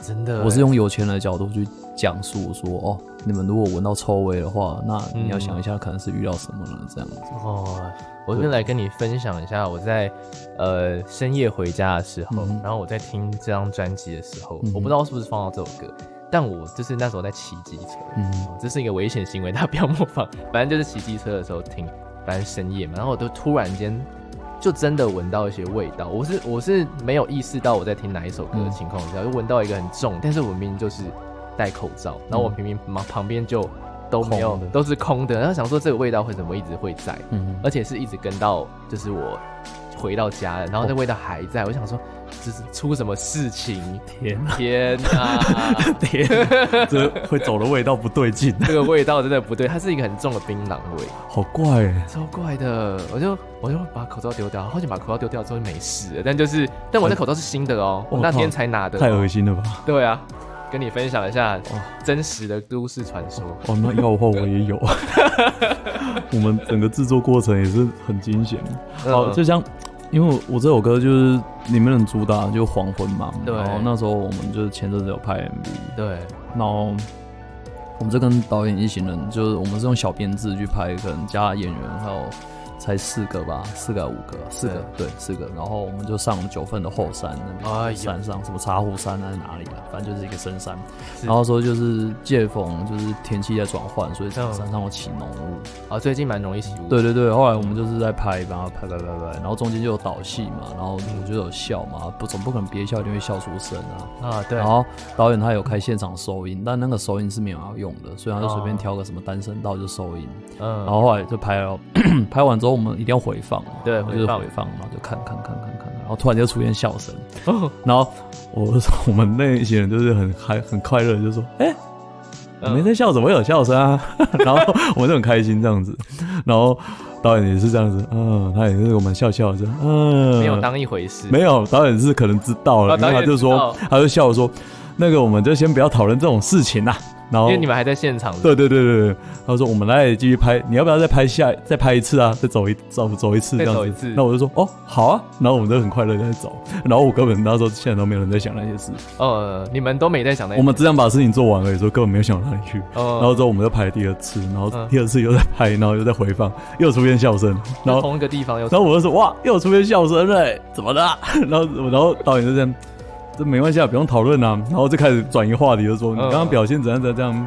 [SPEAKER 1] 真的欸，
[SPEAKER 2] 我是用有钱人的角度去讲述说，哦，你们如果闻到臭味的话，那你要想一下，可能是遇到什么了这样子。
[SPEAKER 1] 哦，我这边来跟你分享一下，我在呃深夜回家的时候，然后我在听这张专辑的时候，我不知道是不是放到这首歌，但我就是那时候在骑机车，哦这是一个危险行为，大家不要模仿。 反正就是骑机车的时候听，反正深夜嘛，然后我都突然间就真的闻到一些味道，我是我是没有意识到我在听哪一首歌的情况
[SPEAKER 2] 嗯
[SPEAKER 1] 下，就闻到一个很重，但是我明明就是戴口罩，然后我明明旁旁边就都没有
[SPEAKER 2] 空，的
[SPEAKER 1] 都是空的，然后想说这个味道会怎么一直会在，
[SPEAKER 2] 嗯，哦
[SPEAKER 1] 而且是一直跟到就是我回到家了，然后那味道还在，我想说就是出什么事情？
[SPEAKER 2] 天哪，
[SPEAKER 1] 天 哪，
[SPEAKER 2] 天， 这会走的味道不对劲，
[SPEAKER 1] 这个味道真的不对，它是一个很重的槟榔味，
[SPEAKER 2] 好怪欸。
[SPEAKER 1] 超怪的。我就我就把口罩丢掉，好想把口罩丢掉之后就没事了，但就是但我那口罩是新的哦，我
[SPEAKER 2] 哦哦
[SPEAKER 1] 那天
[SPEAKER 2] 靠
[SPEAKER 1] 才拿的哦，
[SPEAKER 2] 太恶心了吧！
[SPEAKER 1] 对啊，跟你分享一下真实的都市传说。
[SPEAKER 2] 哦，那要的话我 也有。我们整个制作过程也是很惊险。哦，
[SPEAKER 1] 嗯
[SPEAKER 2] 就像因为我这首歌就是里面很主打就黄昏嘛，
[SPEAKER 1] 对
[SPEAKER 2] 然后那时候我们就是前阵子有拍 MV，
[SPEAKER 1] 对，
[SPEAKER 2] 然后我们就跟导演一行人，就是我们是用小编制去拍，可能加演员还有才四个吧，四个还五个，四个对四个，然后我们就上我们九份的后山那边、
[SPEAKER 1] 哎呦
[SPEAKER 2] 山上，什么茶壶山还是哪里啊，反正就是一个深山。
[SPEAKER 1] 是
[SPEAKER 2] 然后说就是借逢就是天气在转换，所以
[SPEAKER 1] 嗯
[SPEAKER 2] 山上有起浓雾。
[SPEAKER 1] 啊，最近蛮容易起雾。
[SPEAKER 2] 对对对，后来我们就是在拍，然后拍拍拍拍，然后中间就有导戏嘛，然后我就有笑嘛，不总不可能憋笑一定会笑出声啊。
[SPEAKER 1] 啊，对
[SPEAKER 2] 然，后导演他有开现场收音，但那个收音是没有要用的，所以他就随
[SPEAKER 1] 哦
[SPEAKER 2] 便挑个什么单声道就收音。
[SPEAKER 1] 嗯，
[SPEAKER 2] 然后后来就拍了， 拍完之后我们一定要回放嘛，
[SPEAKER 1] 对
[SPEAKER 2] 然后就
[SPEAKER 1] 回
[SPEAKER 2] 是
[SPEAKER 1] 放
[SPEAKER 2] 回放嘛，就看看看看看，然后突然就出现笑声，
[SPEAKER 1] 哦
[SPEAKER 2] 然后我我们那一些人就是很嗨 很快乐，就说哎。我
[SPEAKER 1] 嗯
[SPEAKER 2] 没在笑，怎么会有笑声啊？ 然后我们就很开心这样子，然后导演也是这样子，嗯，他也是我们笑笑这样，嗯，
[SPEAKER 1] 没有当一回事。
[SPEAKER 2] 没有，导演是可能知道
[SPEAKER 1] 啊
[SPEAKER 2] 了，然
[SPEAKER 1] 导
[SPEAKER 2] 后他
[SPEAKER 1] 演
[SPEAKER 2] 就
[SPEAKER 1] 知道
[SPEAKER 2] 说，他就笑我说，那个我们就先不要讨论这种事情啦。啊然
[SPEAKER 1] 因
[SPEAKER 2] 后
[SPEAKER 1] 为你们还在现场。
[SPEAKER 2] 哦对对对对对，他说我们来继续拍，你要不要再拍下再拍一次啊？再走一走走一次这
[SPEAKER 1] 再
[SPEAKER 2] 样
[SPEAKER 1] 走
[SPEAKER 2] 子。
[SPEAKER 1] 一次
[SPEAKER 2] 那我就说哦好啊，然后我们就很快乐地在走，然后我根本那时候现在都没有人在想那些事，
[SPEAKER 1] 呃，你们都没在想那
[SPEAKER 2] 我们只想把事情做完而已，所以根本没有想到哪里去。
[SPEAKER 1] 哦
[SPEAKER 2] 然后之后我们就拍了第二次，然后
[SPEAKER 1] 嗯
[SPEAKER 2] 第二次又在拍，然后又在回放，又出现笑声，然后
[SPEAKER 1] 同一个地方又
[SPEAKER 2] 然后我就说哇，又出现笑声了， 怎么的啊、然后然后导演就这样，这没关系啊，不用讨论啊。然后就开始转移话题，就说你刚刚表现怎样怎样怎样，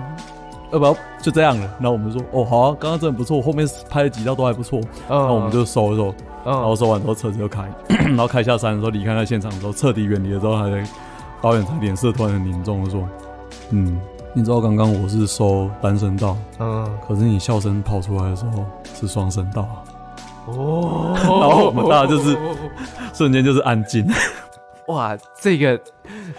[SPEAKER 2] 要不要就这样了？然后我们就说哦好啊，刚刚真的不错，后面拍的几道都还不错。
[SPEAKER 1] 嗯
[SPEAKER 2] 然后我们就收一收，
[SPEAKER 1] 嗯
[SPEAKER 2] 然后收完之后车子就开， 然后开下山的时候离开那现场的时候，彻底远离了之后，他的导演才脸色突然很凝重的说，嗯，你知道刚刚我是收单声道，
[SPEAKER 1] 嗯
[SPEAKER 2] 可是你笑声跑出来的时候是双声道啊。
[SPEAKER 1] 哦，
[SPEAKER 2] 然后我们大家就是瞬间就是安 静。
[SPEAKER 1] 哇，这个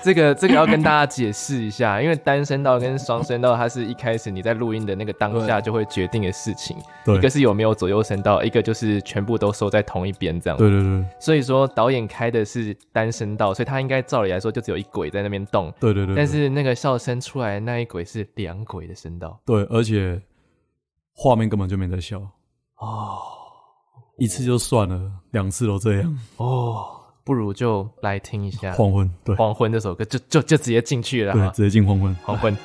[SPEAKER 1] 这个这个要跟大家解释一下，因为单声道跟双声道，它是一开始你在录音的那个当下就会决定的事情，
[SPEAKER 2] 对
[SPEAKER 1] 一个是有没有左右声道，一个就是全部都收在同一边这样。
[SPEAKER 2] 对对对
[SPEAKER 1] 所以说导演开的是单声道，所以他应该照理来说就只有一轨在那边动，
[SPEAKER 2] 对对对，
[SPEAKER 1] 但是那个笑声出来的那一轨是两轨的声道
[SPEAKER 2] 对，而且画面根本就没在笑，
[SPEAKER 1] 哦
[SPEAKER 2] 一次就算了，两次都这样。
[SPEAKER 1] 哦，不如就来听一下《
[SPEAKER 2] 黄昏，对
[SPEAKER 1] 嗯黄昏》这首歌，就就就直接进去了
[SPEAKER 2] 对，
[SPEAKER 1] 哈，
[SPEAKER 2] 直接进黄昏。
[SPEAKER 1] 《黄昏》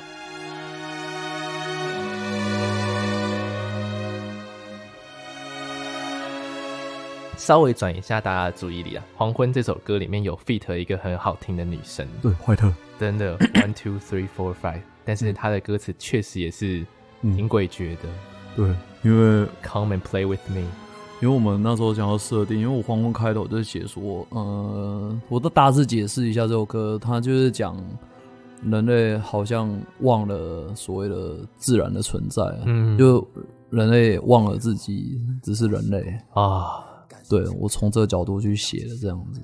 [SPEAKER 1] 稍微转移一下大家的注意力啊，《黄昏》这首歌里面有 feat 一个很好听的女生，
[SPEAKER 2] 对，坏特，
[SPEAKER 1] 真 的 one two three four five，但是他的歌词确实也是挺诡谲的。
[SPEAKER 2] 对，因为
[SPEAKER 1] Come and play with me，
[SPEAKER 2] 因为我们那时候想要设定，因为我黄昏开头就是写说，呃，我都大致解释一下这首歌，它就是讲人类好像忘了所谓的自然的存在，啊
[SPEAKER 1] 嗯
[SPEAKER 2] 就人类忘了自己只是人类。
[SPEAKER 1] 啊，
[SPEAKER 2] 对我从这个角度去写的这样子。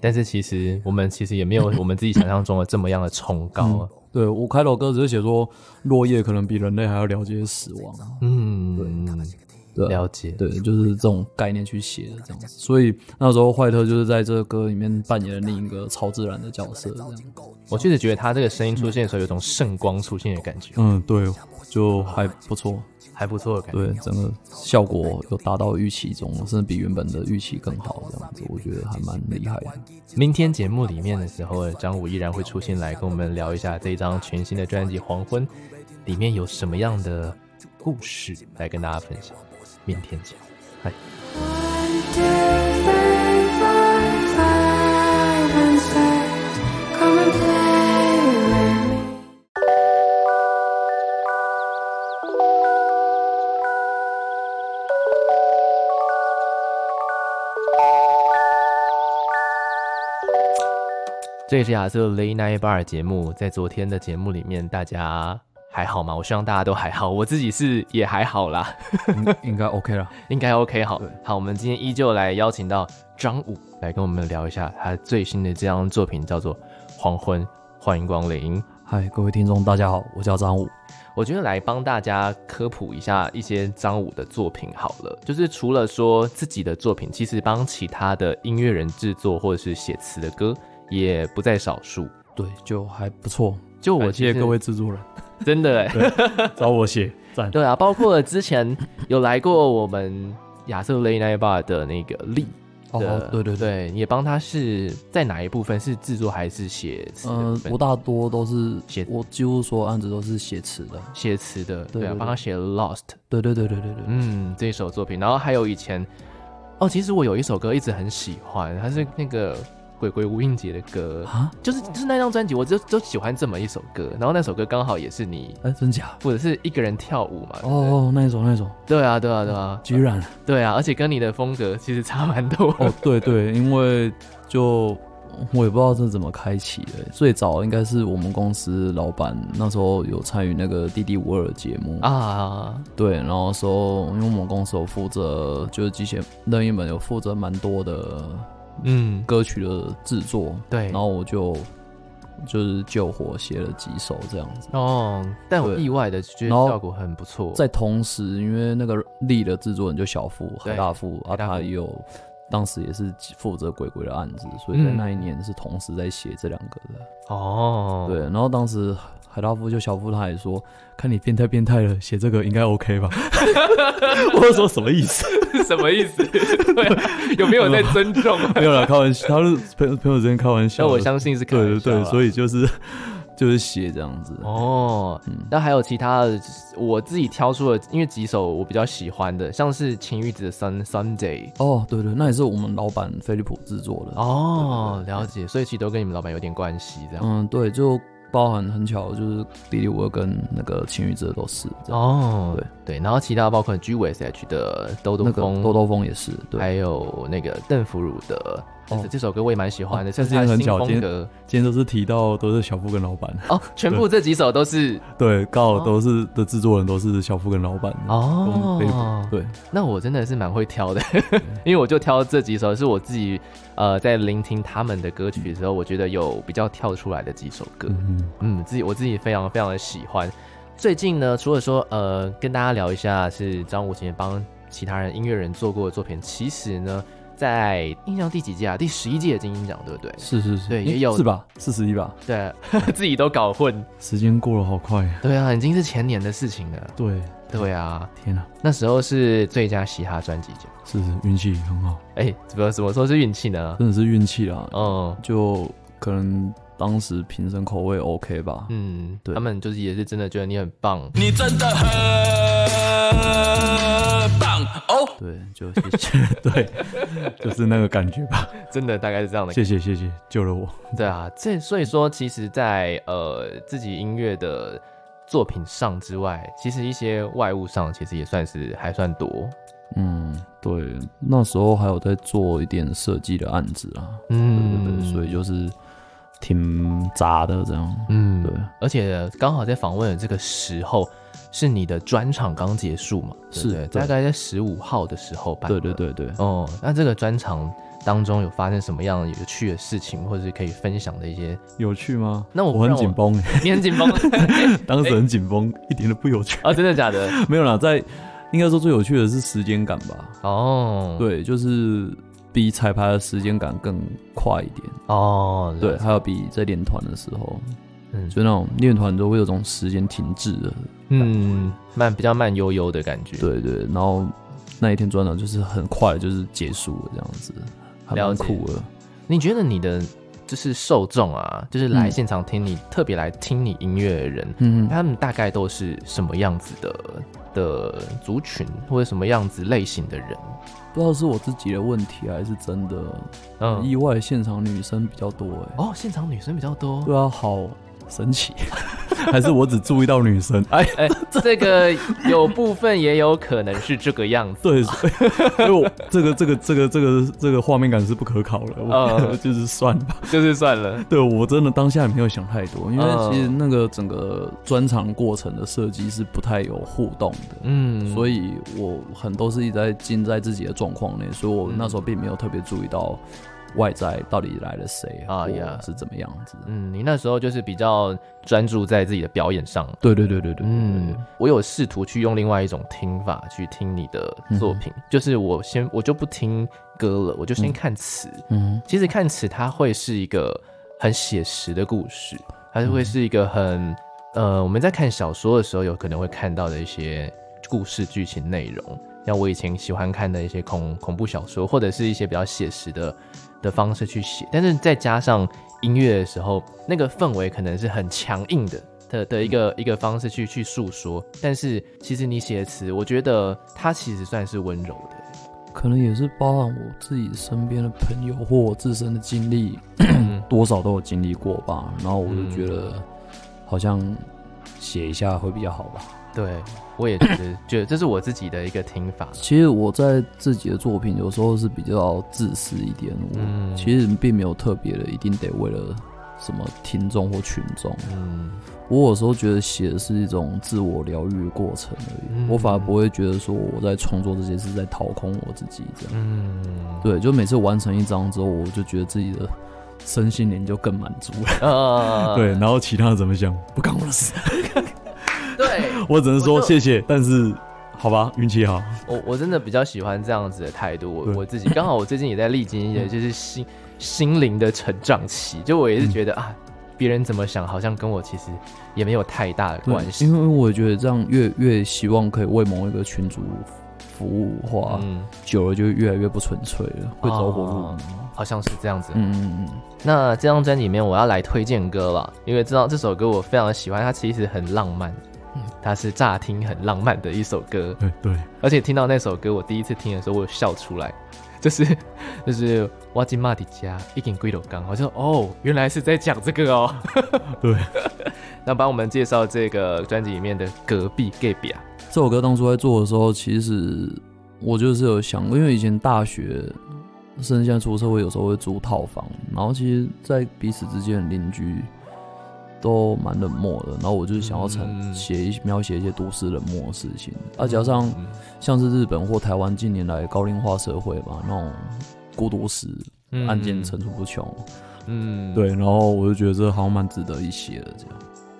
[SPEAKER 1] 但是其实我们其实也没有我们自己想象中的这么样的崇高啊。
[SPEAKER 2] 对我开头歌只是写说，落叶可能比人类还要了解死亡，
[SPEAKER 1] 嗯，
[SPEAKER 2] 对啊
[SPEAKER 1] 了解。
[SPEAKER 2] 对，就是这种概念去写的这样子。所以那时候坏特就是在这个歌里面扮演了另一个超自然的角色，这样。
[SPEAKER 1] 我确实觉得他这个声音出现的时候，有种圣光出现的感觉，
[SPEAKER 2] 嗯，对，就还不错，
[SPEAKER 1] 还不错的感觉。
[SPEAKER 2] 对，整个效果有达到预期中，甚至比原本的预期更好，这样子，我觉得还蛮厉害的。
[SPEAKER 1] 明天节目里面的时候，张武依然会出现来跟我们聊一下这一张全新的专辑《黄昏》里面有什么样的故事来跟大家分享。明天见，嗨。
[SPEAKER 4] One, two, three, four, five, and six. Come and play with me.
[SPEAKER 1] 这也是亚瑟 Late Night Bar 节目，在昨天的节目里面，大家还好吗？我希望大家都还好，我自己是也还好啦，
[SPEAKER 3] 应该 OK 了。
[SPEAKER 1] 应该 OK 好。好，我们今天依旧来邀请到张武来跟我们聊一下他最新的这张作品，叫做《黄昏》，欢迎光临。
[SPEAKER 3] 嗨，各位听众，大家好，我叫张武。
[SPEAKER 1] 我觉得来帮大家科普一下一些张武的作品好了，就是除了说自己的作品，其实帮其他的音乐人制作或者是写词的歌也不在少数。
[SPEAKER 3] 对，就还不错。
[SPEAKER 1] 就我
[SPEAKER 3] 感谢
[SPEAKER 1] 其实
[SPEAKER 3] 各位制作人
[SPEAKER 1] 真的、欸，
[SPEAKER 3] 找 我写，赞。
[SPEAKER 1] 对啊，包括之前有来过我们亚瑟雷奈巴的那个力的
[SPEAKER 3] 哦，，对对对，
[SPEAKER 1] 对，也帮他是在哪一部分是制作还是写词的部
[SPEAKER 3] 嗯，
[SPEAKER 1] 分？
[SPEAKER 3] 我大多都是
[SPEAKER 1] 写
[SPEAKER 3] 我几乎所有案子都是写词的。
[SPEAKER 1] 写词的，
[SPEAKER 3] 对
[SPEAKER 1] 对啊，
[SPEAKER 3] 对
[SPEAKER 1] 帮他写《Lost》，
[SPEAKER 3] 对对对对对对，
[SPEAKER 1] 嗯，这首作品，然后还有以前，哦，其实我有一首歌一直很喜欢，它是那个鬼鬼吴映洁的歌，
[SPEAKER 3] 啊，
[SPEAKER 1] 就是就是那张专辑，我就就喜欢这么一首歌，然后那首歌刚好也是你
[SPEAKER 3] 哎，真假？
[SPEAKER 1] 或者是一个人跳舞嘛，对不对，
[SPEAKER 3] 哦，那一种那一种，
[SPEAKER 1] 对啊，对啊，对啊，
[SPEAKER 3] 居然
[SPEAKER 1] 对啊，而且跟你的风格其实差蛮多，
[SPEAKER 3] 哦，对对，因为就我也不知道这怎么开启的。最早应该是我们公司老板那时候有参与那个《弟弟五二》节目啊，
[SPEAKER 1] 啊，
[SPEAKER 3] 对，然后说因为我们公司有负责就是机械任意门有负责蛮多的
[SPEAKER 1] 嗯，
[SPEAKER 3] 歌曲的制作，
[SPEAKER 1] 对
[SPEAKER 3] 然，后我就就是救火写了几首这样子。
[SPEAKER 1] 哦，但我
[SPEAKER 3] 对
[SPEAKER 1] 意外的觉得
[SPEAKER 3] 然后
[SPEAKER 1] 效果很不错，
[SPEAKER 3] 在同时，因为那个力的制作人就小富
[SPEAKER 1] 对
[SPEAKER 3] 海大富啊，
[SPEAKER 1] 海大富
[SPEAKER 3] 他也有当时也是负责鬼鬼的案子，所以在
[SPEAKER 1] 嗯
[SPEAKER 3] 那一年是同时在写这两个的。
[SPEAKER 1] 哦，
[SPEAKER 3] 对，然后当时海大富就小富他还说，看你变态变态了，写这个应该 OK 吧？我说什么意思？
[SPEAKER 1] 什么意思？对 啊有没有在尊 重？
[SPEAKER 3] 没有啦，开玩笑，他是朋友朋友之间开玩笑
[SPEAKER 1] 那
[SPEAKER 3] 的。
[SPEAKER 1] 我相信是
[SPEAKER 3] 对对对，所
[SPEAKER 1] 以
[SPEAKER 3] 以就是 就是写这样子。
[SPEAKER 1] 哦，
[SPEAKER 3] 嗯
[SPEAKER 1] 那还有其他的，我自己挑出了，因为几首我比较喜欢的，像是晴雨子的《Sun Sunday》。
[SPEAKER 3] 哦，对对，那也是我们老板飞利浦制作的。
[SPEAKER 1] 哦，了解，所以其实都跟你们老板有点关系，这样。
[SPEAKER 3] 嗯，对，就包含很巧，就是弟弟我跟那个情侣者都是这样，
[SPEAKER 1] 哦，对对，然后其他包括 G V S H 的《兜兜
[SPEAKER 3] 嗯那个
[SPEAKER 1] 风》
[SPEAKER 3] 兜兜风也是，对，
[SPEAKER 1] 还有那个邓福如的，
[SPEAKER 3] 哦
[SPEAKER 1] 这首歌我也蛮喜欢的，
[SPEAKER 3] 哦
[SPEAKER 1] 这是
[SPEAKER 3] 今
[SPEAKER 1] 他
[SPEAKER 3] 天
[SPEAKER 1] 的
[SPEAKER 3] 很
[SPEAKER 1] 新
[SPEAKER 3] 巧
[SPEAKER 1] 风
[SPEAKER 3] 今天
[SPEAKER 1] 格
[SPEAKER 3] 今天都是提到都是小夫跟老板，
[SPEAKER 1] 哦。全部这几首都是
[SPEAKER 3] 对，刚好都是的制作人都是小夫跟老板，跟飞利
[SPEAKER 1] 哦哦
[SPEAKER 3] 浦，，对，
[SPEAKER 1] 那我真的是蛮会挑的， 因为我就挑这几首是我自己呃在聆听他们的歌曲的时候，我觉得有比较跳出来的几首歌，
[SPEAKER 3] 嗯，
[SPEAKER 1] 嗯，自己我自己非常非常的喜欢。最近呢，除了说呃跟大家聊一下是张武琴帮其他人音乐人做过的作品，其实呢，在印象第几届啊？第十一届的金鹰奖，对不对？
[SPEAKER 3] 是是是，
[SPEAKER 1] 对
[SPEAKER 3] 诶
[SPEAKER 1] 也有
[SPEAKER 3] 是吧？四十一吧，
[SPEAKER 1] 对， 自己都搞混。
[SPEAKER 3] 时间过了好快呀，
[SPEAKER 1] 对啊，已经是前年的事情了。
[SPEAKER 3] 对，
[SPEAKER 1] 对啊，
[SPEAKER 3] 天哪，
[SPEAKER 1] 那时候是最佳嘻哈专辑奖。
[SPEAKER 3] 是是运气很好，
[SPEAKER 1] 哎，怎么怎么说是运气呢？
[SPEAKER 3] 真的是运气啊，
[SPEAKER 1] 嗯。
[SPEAKER 3] 就可能当时评审口味 OK 吧，
[SPEAKER 1] 嗯，
[SPEAKER 3] 对
[SPEAKER 1] 他们就是也是真的觉得你很棒，
[SPEAKER 5] 你真的很棒哦！
[SPEAKER 3] 对，就谢 谢， 对，就是那个感觉吧。
[SPEAKER 1] 真的大概是这样的。
[SPEAKER 3] 谢谢谢谢，救了我。
[SPEAKER 1] 对啊，这所以说，其实在，呃自己音乐的作品上之外，其实一些外物上其实也算是还算多。
[SPEAKER 3] 嗯，对，那时候还有在做一点设计的案子啊，
[SPEAKER 1] 嗯
[SPEAKER 3] 嗯，对对，所以就是挺杂的这样。
[SPEAKER 1] 嗯
[SPEAKER 3] 对，
[SPEAKER 1] 而且刚好在访问的这个时候，是你的专场刚结束嘛？对不
[SPEAKER 3] 是
[SPEAKER 1] 对
[SPEAKER 3] 对
[SPEAKER 1] 大概在十五号的时候办。
[SPEAKER 3] 对对。对对，
[SPEAKER 1] 哦，那这个专场当中有发生什么样有趣的事情，或者是可以分享的一 些？
[SPEAKER 3] 有趣吗？
[SPEAKER 1] 那我
[SPEAKER 3] 我哎很紧 绷，
[SPEAKER 1] 你很紧绷
[SPEAKER 3] 当时很紧绷，一点都不有趣。
[SPEAKER 1] 啊？真的假的？
[SPEAKER 3] 没有啦，在应该说最有趣的是时间感吧？嗯
[SPEAKER 1] 哦，
[SPEAKER 3] 对，就是比彩排的时间感更快一点。
[SPEAKER 1] 哦，
[SPEAKER 3] 对，
[SPEAKER 1] 了解，
[SPEAKER 3] 还有比在练团的时候，
[SPEAKER 1] 嗯
[SPEAKER 3] 就那种练团都会有种时间停滞的
[SPEAKER 1] 嗯，慢比较慢悠悠的感觉，，
[SPEAKER 3] 对对，然后那一天专场就是很快就是结束了这样子，还
[SPEAKER 1] 了
[SPEAKER 3] 蛮
[SPEAKER 1] 解
[SPEAKER 3] 酷的。
[SPEAKER 1] 你觉得你的就是受众啊，就是来
[SPEAKER 3] 嗯
[SPEAKER 1] 现场听你、特别来听你音乐的人，
[SPEAKER 3] 嗯，
[SPEAKER 1] 他们大概都是什么样子的的族群，或者什么样子类型的人？
[SPEAKER 3] 不知道是我自己的问题还是真的，意
[SPEAKER 1] 嗯，
[SPEAKER 3] 外现场女生比较多哎、
[SPEAKER 1] 哦，现场女生比较多，
[SPEAKER 3] 对啊，好神奇， 还是我只注意到女 生？哎，
[SPEAKER 1] 哎、这个有部分也有可能是这个样子。
[SPEAKER 3] 对，所以 所以我这个这个这个这个这个画面感是不可考了， 我
[SPEAKER 1] 嗯
[SPEAKER 3] 就是算了吧。
[SPEAKER 1] 就是算了，
[SPEAKER 3] 对我真的当下也没 有想太多，因为
[SPEAKER 1] 嗯
[SPEAKER 3] 其实那个整个专场过程的设计是不太有互动的。
[SPEAKER 1] 嗯，
[SPEAKER 3] 所以我很都是一直在浸在自己的状况内，所以我那时
[SPEAKER 1] 嗯
[SPEAKER 3] 候并没有特别注意到外在到底来了谁
[SPEAKER 1] 啊
[SPEAKER 3] 啊，或
[SPEAKER 1] 呀
[SPEAKER 3] 是怎么样子。
[SPEAKER 1] 嗯，你那时候就是比较专注在自己的表演上。
[SPEAKER 3] 对对对对对，
[SPEAKER 1] 嗯，我有试图去用另外一种听法去听你的
[SPEAKER 3] 嗯
[SPEAKER 1] 作品，就是我先我就不听歌了，我就先看词。
[SPEAKER 3] 嗯
[SPEAKER 1] 其实看词它会是一个很写实的故事，它
[SPEAKER 3] 嗯
[SPEAKER 1] 就会是一个很呃，我们在看小说的时候有可能会看到的一些故事剧情内容。像我以前喜欢看的一些恐恐怖小说，或者是一些比较写实的的方式去写，但是再加上音乐的时候，那个氛围可能是很强硬的的的一
[SPEAKER 3] 嗯
[SPEAKER 1] 个、一个方式去去诉说。但是其实你写的词，我觉得它其实算是温柔的。
[SPEAKER 3] 可能也是包含我自己身边的朋友或我自身的经历，
[SPEAKER 1] 嗯
[SPEAKER 3] 多少都有经历过吧。然后我就觉得好像写一下会比较好吧。
[SPEAKER 1] 对，我也觉得，觉得这是我自己的一个听法。
[SPEAKER 3] 其实我在自己的作品有时候是比较自私一点，我、
[SPEAKER 1] 嗯
[SPEAKER 3] 其实并没有特别的一定得为了什么听众或群众。
[SPEAKER 1] 嗯
[SPEAKER 3] 我有时候觉得写的是一种自我疗愈的过程而已，
[SPEAKER 1] 嗯
[SPEAKER 3] 我反而不会觉得说我在创作这些是在掏空我自己这样。
[SPEAKER 1] 嗯，
[SPEAKER 3] 对，就每次完成一张之后，我就觉得自己的身心灵就更满足了。
[SPEAKER 1] 呃，
[SPEAKER 3] 对，然后其他的怎么想不干我的事，
[SPEAKER 1] 对，
[SPEAKER 3] 我只能
[SPEAKER 1] 说我
[SPEAKER 3] 说
[SPEAKER 1] 就
[SPEAKER 3] 谢谢，但是好吧，运气好。
[SPEAKER 1] 我我真的比较喜欢这样子的态度。我
[SPEAKER 3] 对嗯
[SPEAKER 1] 我自己刚好我最近也在历经一 些就是心心灵的成长期，就我也是觉
[SPEAKER 3] 嗯
[SPEAKER 1] 得、啊，别人怎么想好像跟我其实也没有太大的关系。
[SPEAKER 3] 因为我觉得这样越越希望可以为某一个群主服务的话，
[SPEAKER 1] 嗯，
[SPEAKER 3] 久了就越来越不纯粹了，会走火入
[SPEAKER 1] 哦
[SPEAKER 3] 魔。
[SPEAKER 1] 好像是这样子。
[SPEAKER 3] 嗯嗯嗯，
[SPEAKER 1] 那这张专辑里面我要来推荐歌了，因为知道这首歌我非常喜欢，它其实很浪漫，
[SPEAKER 3] 嗯
[SPEAKER 1] 它是乍听很浪漫的一首歌。
[SPEAKER 3] 对对，
[SPEAKER 1] 而且听到那首歌，我第一次听的时候，我有笑出来， 就是就是哇金马迪加一顶龟头缸，我就哦，原来是在讲这个哦。
[SPEAKER 3] 对，
[SPEAKER 1] 那帮我们介绍这个专辑里面的隔壁 gay 比啊，
[SPEAKER 3] 这首歌当初在做的时候，其实我就是有想过，因为以前大学甚至现在出社会，有时候会租套房，然后其实，在彼此之间的邻居都蛮冷漠的，然后我就是想要
[SPEAKER 1] 嗯
[SPEAKER 3] 呈写一描写一些都市冷漠的事情，啊，加上
[SPEAKER 1] 嗯
[SPEAKER 3] 像是日本或台湾近年来高龄化社会嘛，那种孤独死
[SPEAKER 1] 嗯
[SPEAKER 3] 案件层出不穷，
[SPEAKER 1] 嗯，
[SPEAKER 3] 啊对，然后我就觉得这好像蛮值得一写的这样。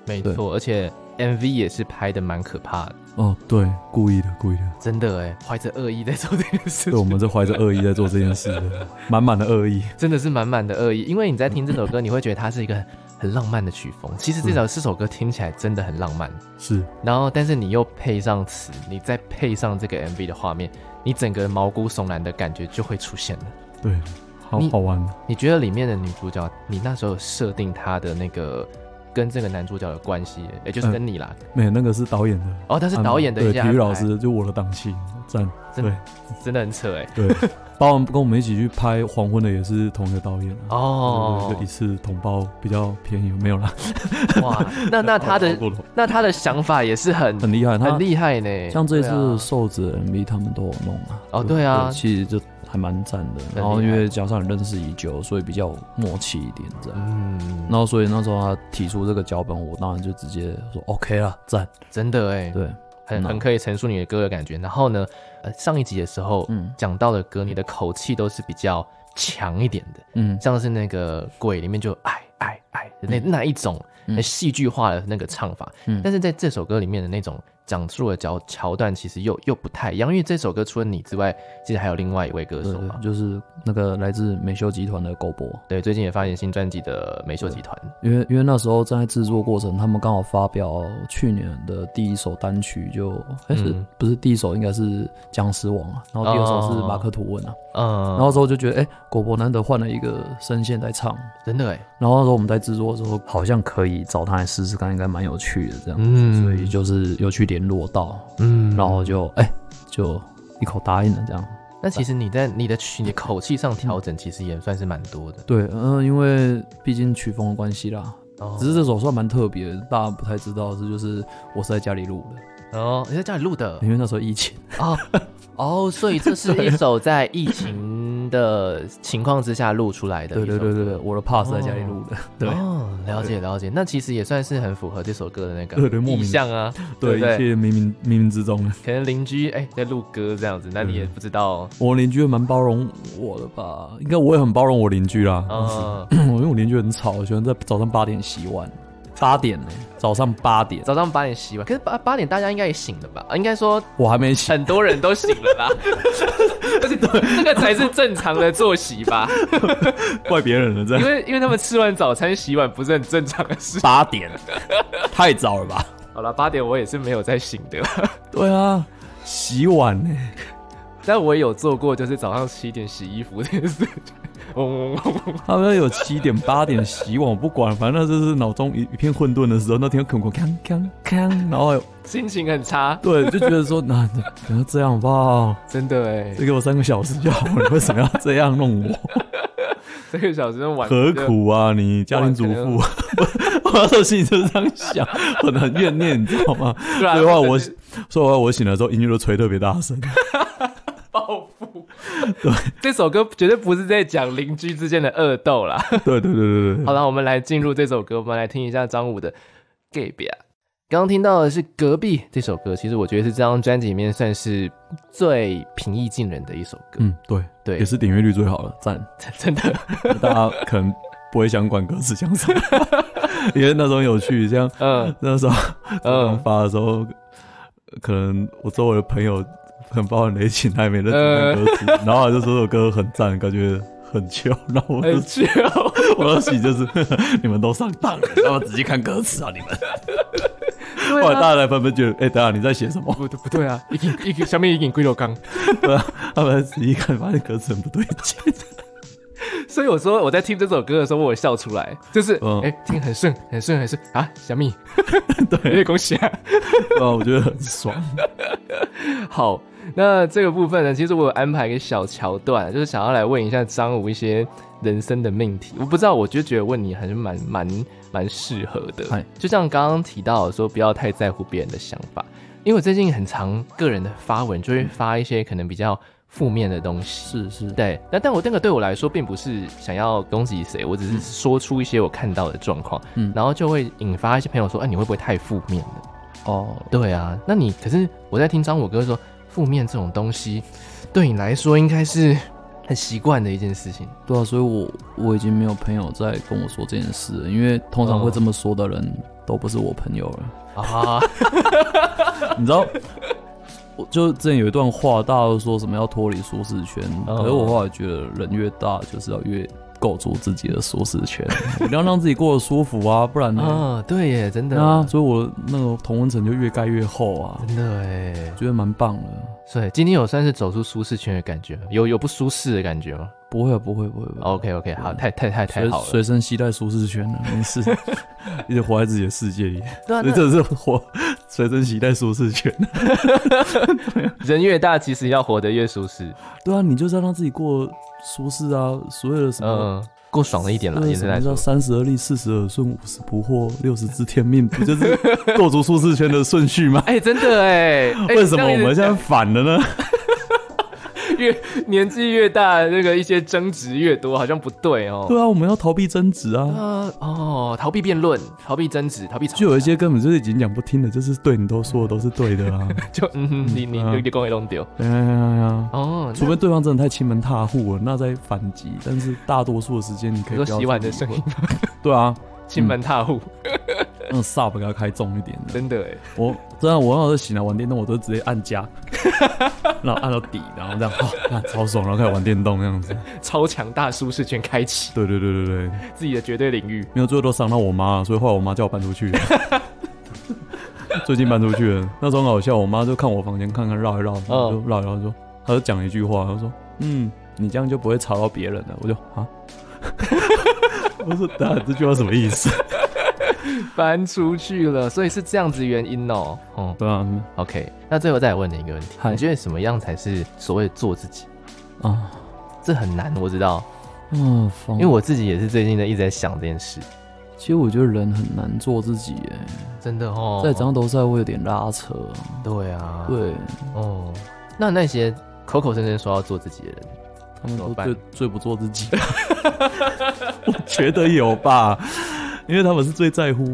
[SPEAKER 1] 没
[SPEAKER 3] 对
[SPEAKER 1] 错，而且 MV 也是拍的蛮可怕的，
[SPEAKER 3] 哦，对，故意的，故意的。
[SPEAKER 1] 真的哎，怀着恶意在做这件事
[SPEAKER 3] 对，我
[SPEAKER 1] 情，
[SPEAKER 3] 们是怀着恶意在做这 件事的，满满的恶意。
[SPEAKER 1] 真的是满满的恶意。因为你在听这首歌，你会觉得它是一个很浪漫的曲风，其实这首这首歌听起来真的很浪漫。
[SPEAKER 3] 是，
[SPEAKER 1] 然后，但是你又配上词，你再配上这个 MV 的画面，你整个毛骨悚然的感觉就会出现了。
[SPEAKER 3] 对，好
[SPEAKER 1] 你
[SPEAKER 3] 好玩。
[SPEAKER 1] 你觉得里面的女主角，你那时候有设定她的那个跟这个男主角的关系，也就是跟你啦。
[SPEAKER 3] 没有，那个是导演的，
[SPEAKER 1] 哦，他是导演的一
[SPEAKER 3] 嗯对，
[SPEAKER 1] 些
[SPEAKER 3] 体育
[SPEAKER 1] 安
[SPEAKER 3] 老
[SPEAKER 1] 排，
[SPEAKER 3] 师就我的档期，赞。
[SPEAKER 1] 真
[SPEAKER 3] 对
[SPEAKER 1] 真的很扯哎。
[SPEAKER 3] 对，包含跟我们一起去拍《黄昏》的也是同一个导演啊。
[SPEAKER 1] 哦
[SPEAKER 3] 对，对对就一次同胞比较便宜，没有啦。
[SPEAKER 1] 哇，那那他 的
[SPEAKER 3] 过头
[SPEAKER 1] 那他的想法也是很
[SPEAKER 3] 很厉害，他
[SPEAKER 1] 很厉害呢。
[SPEAKER 3] 像这一
[SPEAKER 1] 对啊
[SPEAKER 3] 次瘦子的 MV 他们都有弄啊。
[SPEAKER 1] 哦对啊
[SPEAKER 3] 其实就还蛮赞的。
[SPEAKER 1] 害
[SPEAKER 3] 然后因为加上认识已久，所以比较有默契一点这样。
[SPEAKER 1] 嗯，
[SPEAKER 3] 然后所以那时候他提出这个脚本，我当然就直接说 OK 了，赞。
[SPEAKER 1] 真的哎，
[SPEAKER 3] 对，
[SPEAKER 1] 很
[SPEAKER 3] 那
[SPEAKER 1] 很可以陈述你的歌的感觉。然后呢，呃，上一集的时候，
[SPEAKER 3] 嗯
[SPEAKER 1] 讲到的歌，你的口气都是比较强一点的，
[SPEAKER 3] 嗯，
[SPEAKER 1] 像是那个鬼里面就哎哎哎的那、那一种很戏剧化的那个唱法，
[SPEAKER 3] 嗯
[SPEAKER 1] 但是在这首歌里面的那种讲述的桥桥段，其实又又不太一样，因为这首歌除了你之外，其实还有另外一位歌
[SPEAKER 3] 对
[SPEAKER 1] 手嘛
[SPEAKER 3] 对，。就是那个来自美秀集团的狗博，
[SPEAKER 1] 对，最近也发行新专辑的美秀集团，
[SPEAKER 3] 因为因为那时候在制作过程，他们刚好发表去年的第一首单曲就，哎是、
[SPEAKER 1] 嗯
[SPEAKER 3] 不是第一首应该是《僵尸王》啊，然后第二首是
[SPEAKER 1] 哦
[SPEAKER 3] 马克吐温啊，
[SPEAKER 1] 嗯，
[SPEAKER 3] 然后之后就觉得哎、狗博难得换了一个声线在唱，
[SPEAKER 1] 真的哎，
[SPEAKER 3] 然后那时候我们在制作的时候，好像可以找他来试试看，应该蛮有趣的这样，
[SPEAKER 1] 嗯
[SPEAKER 3] 所以就是有去联络到，
[SPEAKER 1] 嗯，
[SPEAKER 3] 然后就哎、就一口答应了这样。
[SPEAKER 1] 那其实你在你的曲、你的口气上调整，其实也算是蛮多的，
[SPEAKER 3] 对，嗯、因为毕竟曲风的关系啦，
[SPEAKER 1] 哦
[SPEAKER 2] 只是这首算蛮特别的，大家不太知道是就是我是在家里录的，
[SPEAKER 1] 哦，你在家里录的
[SPEAKER 2] 因为那时候疫情。
[SPEAKER 1] 哦哦，所以这是一首在疫情的情况之下录出来的一
[SPEAKER 2] 对
[SPEAKER 1] 首歌。
[SPEAKER 2] 对对对对，我的 pass 在家里录的。对
[SPEAKER 1] 哦，了解了解，那其实也算是很符合这首歌的那个
[SPEAKER 2] 对对莫
[SPEAKER 1] 意
[SPEAKER 2] 名
[SPEAKER 1] 象啊， 对
[SPEAKER 2] 对，
[SPEAKER 1] 不对
[SPEAKER 2] 一切冥冥冥冥之中的。
[SPEAKER 1] 可能邻居哎、在录歌这样子，那你也不知道，
[SPEAKER 2] 我邻居也蛮包容我的吧，应该我也很包容我邻居啦。
[SPEAKER 1] 嗯，
[SPEAKER 2] 因为我邻居很吵，喜欢在早上八点洗碗。八点呢、早上八点，
[SPEAKER 1] 早上八点洗碗，可是八八点大家应该也醒了吧？啊应该说
[SPEAKER 2] 我还 没洗。
[SPEAKER 1] 很多人都醒了 啦，而且这个才是正常的作息吧？
[SPEAKER 2] 怪别人了，这
[SPEAKER 1] 因
[SPEAKER 2] 样
[SPEAKER 1] 为因为他们吃完早餐洗碗不是很正常的事。
[SPEAKER 2] 八点太早了吧？
[SPEAKER 1] 好了，八点我也是没有在醒的 啦，
[SPEAKER 2] 对啊，洗碗呢、
[SPEAKER 1] 但我也有做过，就是早上七点洗衣服 这件事情。嗡嗡嗡嗡嗡
[SPEAKER 2] 他们有七点八点洗碗，我不管，反正那就是脑中一一片混沌的时候，那天哐哐锵锵锵，然后还 有
[SPEAKER 1] 心情很差，
[SPEAKER 2] 对，就觉得说，那不要这样好不好？
[SPEAKER 1] 真的哎、
[SPEAKER 2] 再给我三个小时就好了，你为什么要这样弄我？
[SPEAKER 1] 这个小时的晚
[SPEAKER 2] 何苦啊你，家庭主妇！我那时候心里就是这样想，很很怨念，你知道吗？
[SPEAKER 1] 对啊
[SPEAKER 2] 所以话
[SPEAKER 1] 真
[SPEAKER 2] 我
[SPEAKER 1] 的是
[SPEAKER 2] 说实话，我醒了之后音乐都吹特别大声，
[SPEAKER 1] 报复。这首歌绝对不是在讲邻居之间的恶斗 啦。
[SPEAKER 2] 对对对对对
[SPEAKER 1] 好
[SPEAKER 2] 对，
[SPEAKER 1] 了，我们来进入这首歌，我们来听一下张武的《Gay 别》。刚刚听到的是《隔壁》这首歌，其实我觉得是这张专辑里面算是最平易近人的一首歌，
[SPEAKER 2] 嗯对
[SPEAKER 1] 对
[SPEAKER 2] 也是点阅率最好了，赞！
[SPEAKER 1] 真的。
[SPEAKER 2] 大家可能不会想管歌词讲什么， 因为那时候很有趣，像
[SPEAKER 1] 嗯
[SPEAKER 2] 那时候刚
[SPEAKER 1] 嗯，
[SPEAKER 2] 发的时候，可能我周围的朋友很包含雷琴，他也没认真看歌词，
[SPEAKER 1] 嗯
[SPEAKER 2] 然后他就说这首歌很赞，感觉很秋，然后我就
[SPEAKER 1] 很久。
[SPEAKER 2] 我的喜就是 你们都上当了，让我仔细看歌词啊！你们，
[SPEAKER 1] 对
[SPEAKER 2] 后来大
[SPEAKER 1] 啊，
[SPEAKER 2] 家来纷纷觉得，哎、等一下你在写什么？
[SPEAKER 1] 不对不对啊，一斤一斤下面一斤龟头缸。
[SPEAKER 2] 对啊，他们仔细看，发现歌词很不对劲。
[SPEAKER 1] 所以我说我在听这首歌的时候，我有笑出来，就是哎、
[SPEAKER 2] 嗯
[SPEAKER 1] 听很顺很顺很顺啊，小 蜜，有点恭喜啊。
[SPEAKER 2] 啊，我觉得很爽。
[SPEAKER 1] 好，那这个部分呢，其实我有安排一个小桥段，啊就是想要来问一下张武一些人生的命题。我不知道，我就觉得问你还是蛮蛮蛮适合的
[SPEAKER 2] 嗨。
[SPEAKER 1] 就像刚刚提到的说，不要太在乎别人的想法，因为我最近很常个人的发文，就会发一些可能比较负面的东西。
[SPEAKER 2] 是是，
[SPEAKER 1] 对，那但我那个对我来说，并不是想要攻击谁，我只是说出一些我看到的状况，
[SPEAKER 2] 嗯
[SPEAKER 1] 然后就会引发一些朋友说，哎、你会不会太负面了？
[SPEAKER 2] 哦，
[SPEAKER 1] 对啊，那你可是我在听张我哥说，负面这种东西对你来说应该是很习惯的一件事情。
[SPEAKER 2] 对啊，所以我我已经没有朋友在跟我说这件事了，因为通常
[SPEAKER 1] 哦
[SPEAKER 2] 会这么说的人都不是我朋友 了。
[SPEAKER 1] 啊，
[SPEAKER 2] 你知道，我就之前有一段话，大家都说什么要脱离舒适圈，
[SPEAKER 1] 嗯
[SPEAKER 2] 可是我后来觉得人越大就是要越构筑自己的舒适圈， 一定要让自己过得舒服啊，不然呢？
[SPEAKER 1] 啊，对耶，真的，
[SPEAKER 2] 啊，所以我那个同温层就越盖越厚啊，
[SPEAKER 1] 真的哎
[SPEAKER 2] 我，觉得蛮棒的。
[SPEAKER 1] 所以今天有算是走出舒适圈的感觉吗，有有不舒适的感觉吗
[SPEAKER 2] 不会啊，不会，不会，不会。
[SPEAKER 1] ？OK OK，好，太太太太
[SPEAKER 2] 随
[SPEAKER 1] 好了。
[SPEAKER 2] 随身携带舒适圈了，没事， 一直活在自己的世界里，
[SPEAKER 1] 对啊，
[SPEAKER 2] 所以
[SPEAKER 1] 那
[SPEAKER 2] 这是活随身携带舒适圈。
[SPEAKER 1] 人越大，其实要活得越舒适，
[SPEAKER 2] 对啊，你就是要让自己过舒适啊，所有的什么
[SPEAKER 1] 嗯，够爽了一点啦，
[SPEAKER 2] 对啊
[SPEAKER 1] 也
[SPEAKER 2] 什
[SPEAKER 1] 是
[SPEAKER 2] 么
[SPEAKER 1] 来
[SPEAKER 2] 叫
[SPEAKER 1] 说。
[SPEAKER 2] 三十而立，四十而顺，五十不惑，六十知天命，不就是 构筑舒适圈的顺序吗？
[SPEAKER 1] 哎，真的 哎，哎
[SPEAKER 2] 为
[SPEAKER 1] 这
[SPEAKER 2] 什么
[SPEAKER 1] 样哦
[SPEAKER 2] 我
[SPEAKER 1] 一直
[SPEAKER 2] 们现在反了呢？
[SPEAKER 1] 越年纪越大，那个一些争执越多，好像不对哦。
[SPEAKER 2] 对啊，我们要逃避争执啊。
[SPEAKER 1] 呃，哦，逃避辩论，逃避争执，逃避吵架
[SPEAKER 2] 就有一些根本就是已经讲不听的，就是对你都说的都是对的 啊。
[SPEAKER 1] 就嗯哼，你你你你公会弄丢
[SPEAKER 2] 哎呀呀呀！
[SPEAKER 1] 哦，
[SPEAKER 2] 除非对方真的太欺门踏户了，那再反击。但是大多数的时间，你可
[SPEAKER 1] 比
[SPEAKER 2] 以不
[SPEAKER 1] 如
[SPEAKER 2] 要
[SPEAKER 1] 说洗碗的声
[SPEAKER 2] 去理
[SPEAKER 1] 音
[SPEAKER 2] 会。，对啊，
[SPEAKER 1] 进门踏户，
[SPEAKER 2] 那 sub 给他开重一点的。
[SPEAKER 1] 真的哎，
[SPEAKER 2] 我真的，我那时候醒来玩电动，我都直接按加，然后按到底，然后这样，哦，看超爽，然后开始玩电动这样子。
[SPEAKER 1] 超强大舒适圈开启
[SPEAKER 2] 对对对对对，
[SPEAKER 1] 自己的绝对领域，
[SPEAKER 2] 没有最后都伤到我妈，所以后来我妈叫我搬出去。最近搬出去了，那时候很好笑，我妈就看我房间看看绕一绕，然后就绕一绕就说，她就讲一句话，她说：“嗯，你这样就不会吵到别人了。”我就啊，我说：“等下这句话什么意思
[SPEAKER 1] 搬出去了，所以是这样子原因哦。哦？”
[SPEAKER 2] 对啊，
[SPEAKER 1] ，OK，那最后再问你一个问题，
[SPEAKER 2] 嗨
[SPEAKER 1] 你觉得什么样才是所谓做自己？
[SPEAKER 2] 啊
[SPEAKER 1] 这很难，我知道，
[SPEAKER 2] 啊，因
[SPEAKER 1] 嗯因为我自己也是最近在一直在想这件事。
[SPEAKER 3] 其实我觉得人很难做自己，哎，
[SPEAKER 1] 真的哦。
[SPEAKER 3] 在张头赛会有点拉扯。
[SPEAKER 1] 对啊，
[SPEAKER 3] 对
[SPEAKER 1] 哦。那那些口口声声说要做自己的人，
[SPEAKER 3] 他们
[SPEAKER 1] 怎
[SPEAKER 3] 都
[SPEAKER 1] 么办
[SPEAKER 3] 最最不做自己，我觉得有吧，因为他们是最在乎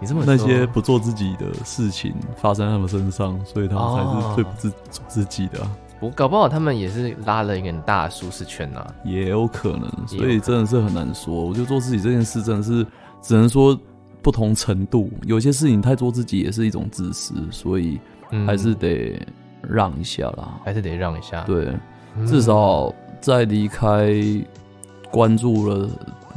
[SPEAKER 1] 你这么说
[SPEAKER 3] 那些不做自己的事情发生在他们身上，所以他们才是最不自做自己的啊、
[SPEAKER 1] 我搞不好他们也是拉了一个很大的舒适圈呐、啊。
[SPEAKER 3] 也有可能，所以真的是很难说。我觉得做自己这件事真的是，只能说不同程度，有些事情太做自己也是一种自私，所以
[SPEAKER 1] 嗯
[SPEAKER 3] 还是得让一下啦。
[SPEAKER 1] 还是得让一下。
[SPEAKER 3] 对，
[SPEAKER 1] 嗯，
[SPEAKER 3] 至少在离开关注了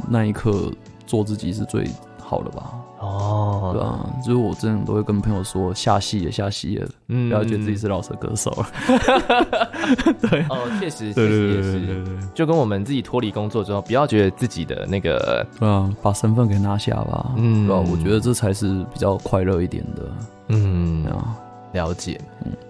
[SPEAKER 3] 那一刻，做自己是最好的吧。
[SPEAKER 1] 哦，
[SPEAKER 3] 对啊，就是我真的都会跟朋友说下戏也下戏了，
[SPEAKER 1] 嗯
[SPEAKER 3] 不要觉得自己是老舌歌手了。
[SPEAKER 1] 哦，确实，确实也
[SPEAKER 3] 对对对对对
[SPEAKER 1] 是。
[SPEAKER 3] 对，
[SPEAKER 1] 就跟我们自己脱离工作之后，不要觉得自己的那个
[SPEAKER 3] 对啊，把身份给拿下吧。
[SPEAKER 1] 嗯
[SPEAKER 3] 对啊，我觉得这才是比较快乐一点的。
[SPEAKER 1] 嗯
[SPEAKER 3] 对啊，
[SPEAKER 1] 了解。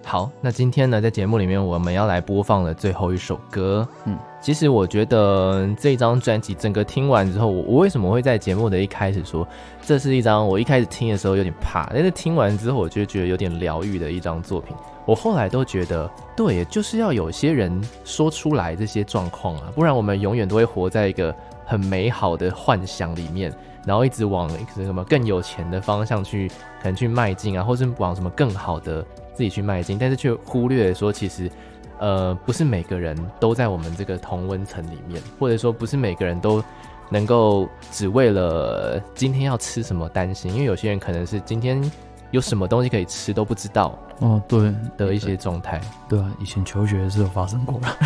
[SPEAKER 1] 好，那今天呢，在节目里面我们要来播放的最后一首歌，嗯
[SPEAKER 3] 嗯，
[SPEAKER 1] 其实我觉得这张专辑整个听完之后，我我为什么会在节目的一开始说这是一张我一开始听的时候有点怕，但是听完之后我就觉得有点疗愈的一张作品。我后来都觉得，对耶，就是要有些人说出来这些状况啊，不然我们永远都会活在一个很美好的幻想里面，然后一直往什么更有钱的方向去，可能去迈进啊，或是往什么更好的自己去迈进，但是却忽略了说，其实，呃，不是每个人都在我们这个同温层里面，或者说不是每个人都能够只为了呃今天要吃什么担心，因为有些人可能是今天有什么东西可以吃都不知道
[SPEAKER 3] 哦，对
[SPEAKER 1] 的一些状态，
[SPEAKER 3] 对啊，以前求学是有发生过啦。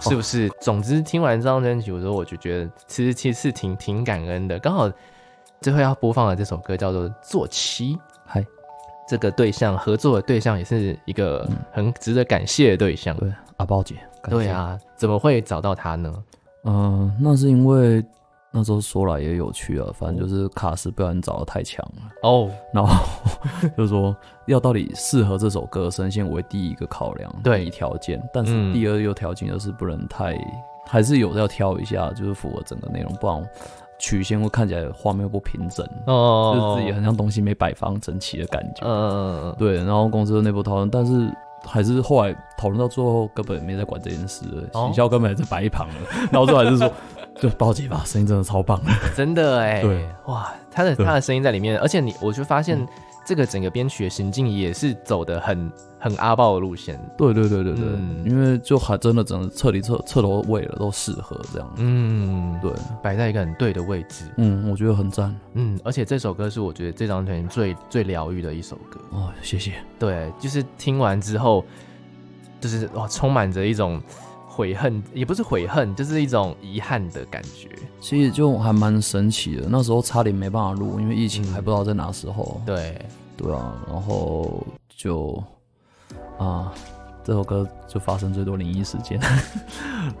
[SPEAKER 1] 是不
[SPEAKER 3] 哦
[SPEAKER 1] 是？总之，听完这张专辑，我说我就觉得其实其实是挺挺感恩的，刚好最后要播放的这首歌叫做《坐骑》。
[SPEAKER 3] 嗨，
[SPEAKER 1] 这个对象合作的对象也是一个很值得感谢的对象。
[SPEAKER 3] 嗯对 阿豹姐，感谢
[SPEAKER 1] 对，啊，怎么会找到他呢？
[SPEAKER 3] 嗯、那是因为那时候说来也有趣啊，反正就是卡斯不小心找的太强了，
[SPEAKER 1] 哦，
[SPEAKER 3] 然后就是说要到底适合这首歌声线为第一个考量，
[SPEAKER 1] 对
[SPEAKER 3] 第一条件，但
[SPEAKER 1] 嗯
[SPEAKER 3] 是第二又条件就是不能太，还是有要挑一下，就是符合整个内容，不然曲线会看起来画面会不平整，
[SPEAKER 1] 哦，
[SPEAKER 3] 就是自己很像东西没摆放整齐的感觉。
[SPEAKER 1] 嗯，
[SPEAKER 3] 对，然后公司的内部讨论，但是还是后来讨论到最后根本没在管这件事了，
[SPEAKER 1] 哦
[SPEAKER 3] 行销根本还是摆一旁了。然后最后还是说，就报警吧，声音真的超棒的。
[SPEAKER 1] 真 的哎，
[SPEAKER 3] 对，
[SPEAKER 1] 哇，他的
[SPEAKER 3] 对嗯
[SPEAKER 1] 他的声音在里面，而且你我就发现这个整个编曲的行进也是走的很很阿豹的路线，
[SPEAKER 3] 对对对对对，
[SPEAKER 1] 嗯
[SPEAKER 3] 因为就还真的整个彻底彻彻头位了，都适合这样。
[SPEAKER 1] 嗯，
[SPEAKER 3] 对，
[SPEAKER 1] 摆在一个很对的位置，
[SPEAKER 3] 嗯，我觉得很赞
[SPEAKER 1] 嗯，而且这首歌是我觉得这张专辑最最疗愈的一首歌，
[SPEAKER 3] 哦，谢谢。
[SPEAKER 1] 对，就是听完之后，就是哇，充满着一种悔恨，也不是悔恨，就是一种遗憾的感觉。
[SPEAKER 3] 其实就还蛮神奇的，那时候差点没办法录，因为疫情还不知道在哪时候。
[SPEAKER 1] 对，
[SPEAKER 3] 对啊，然后就啊，这首歌就发生最多灵异事件，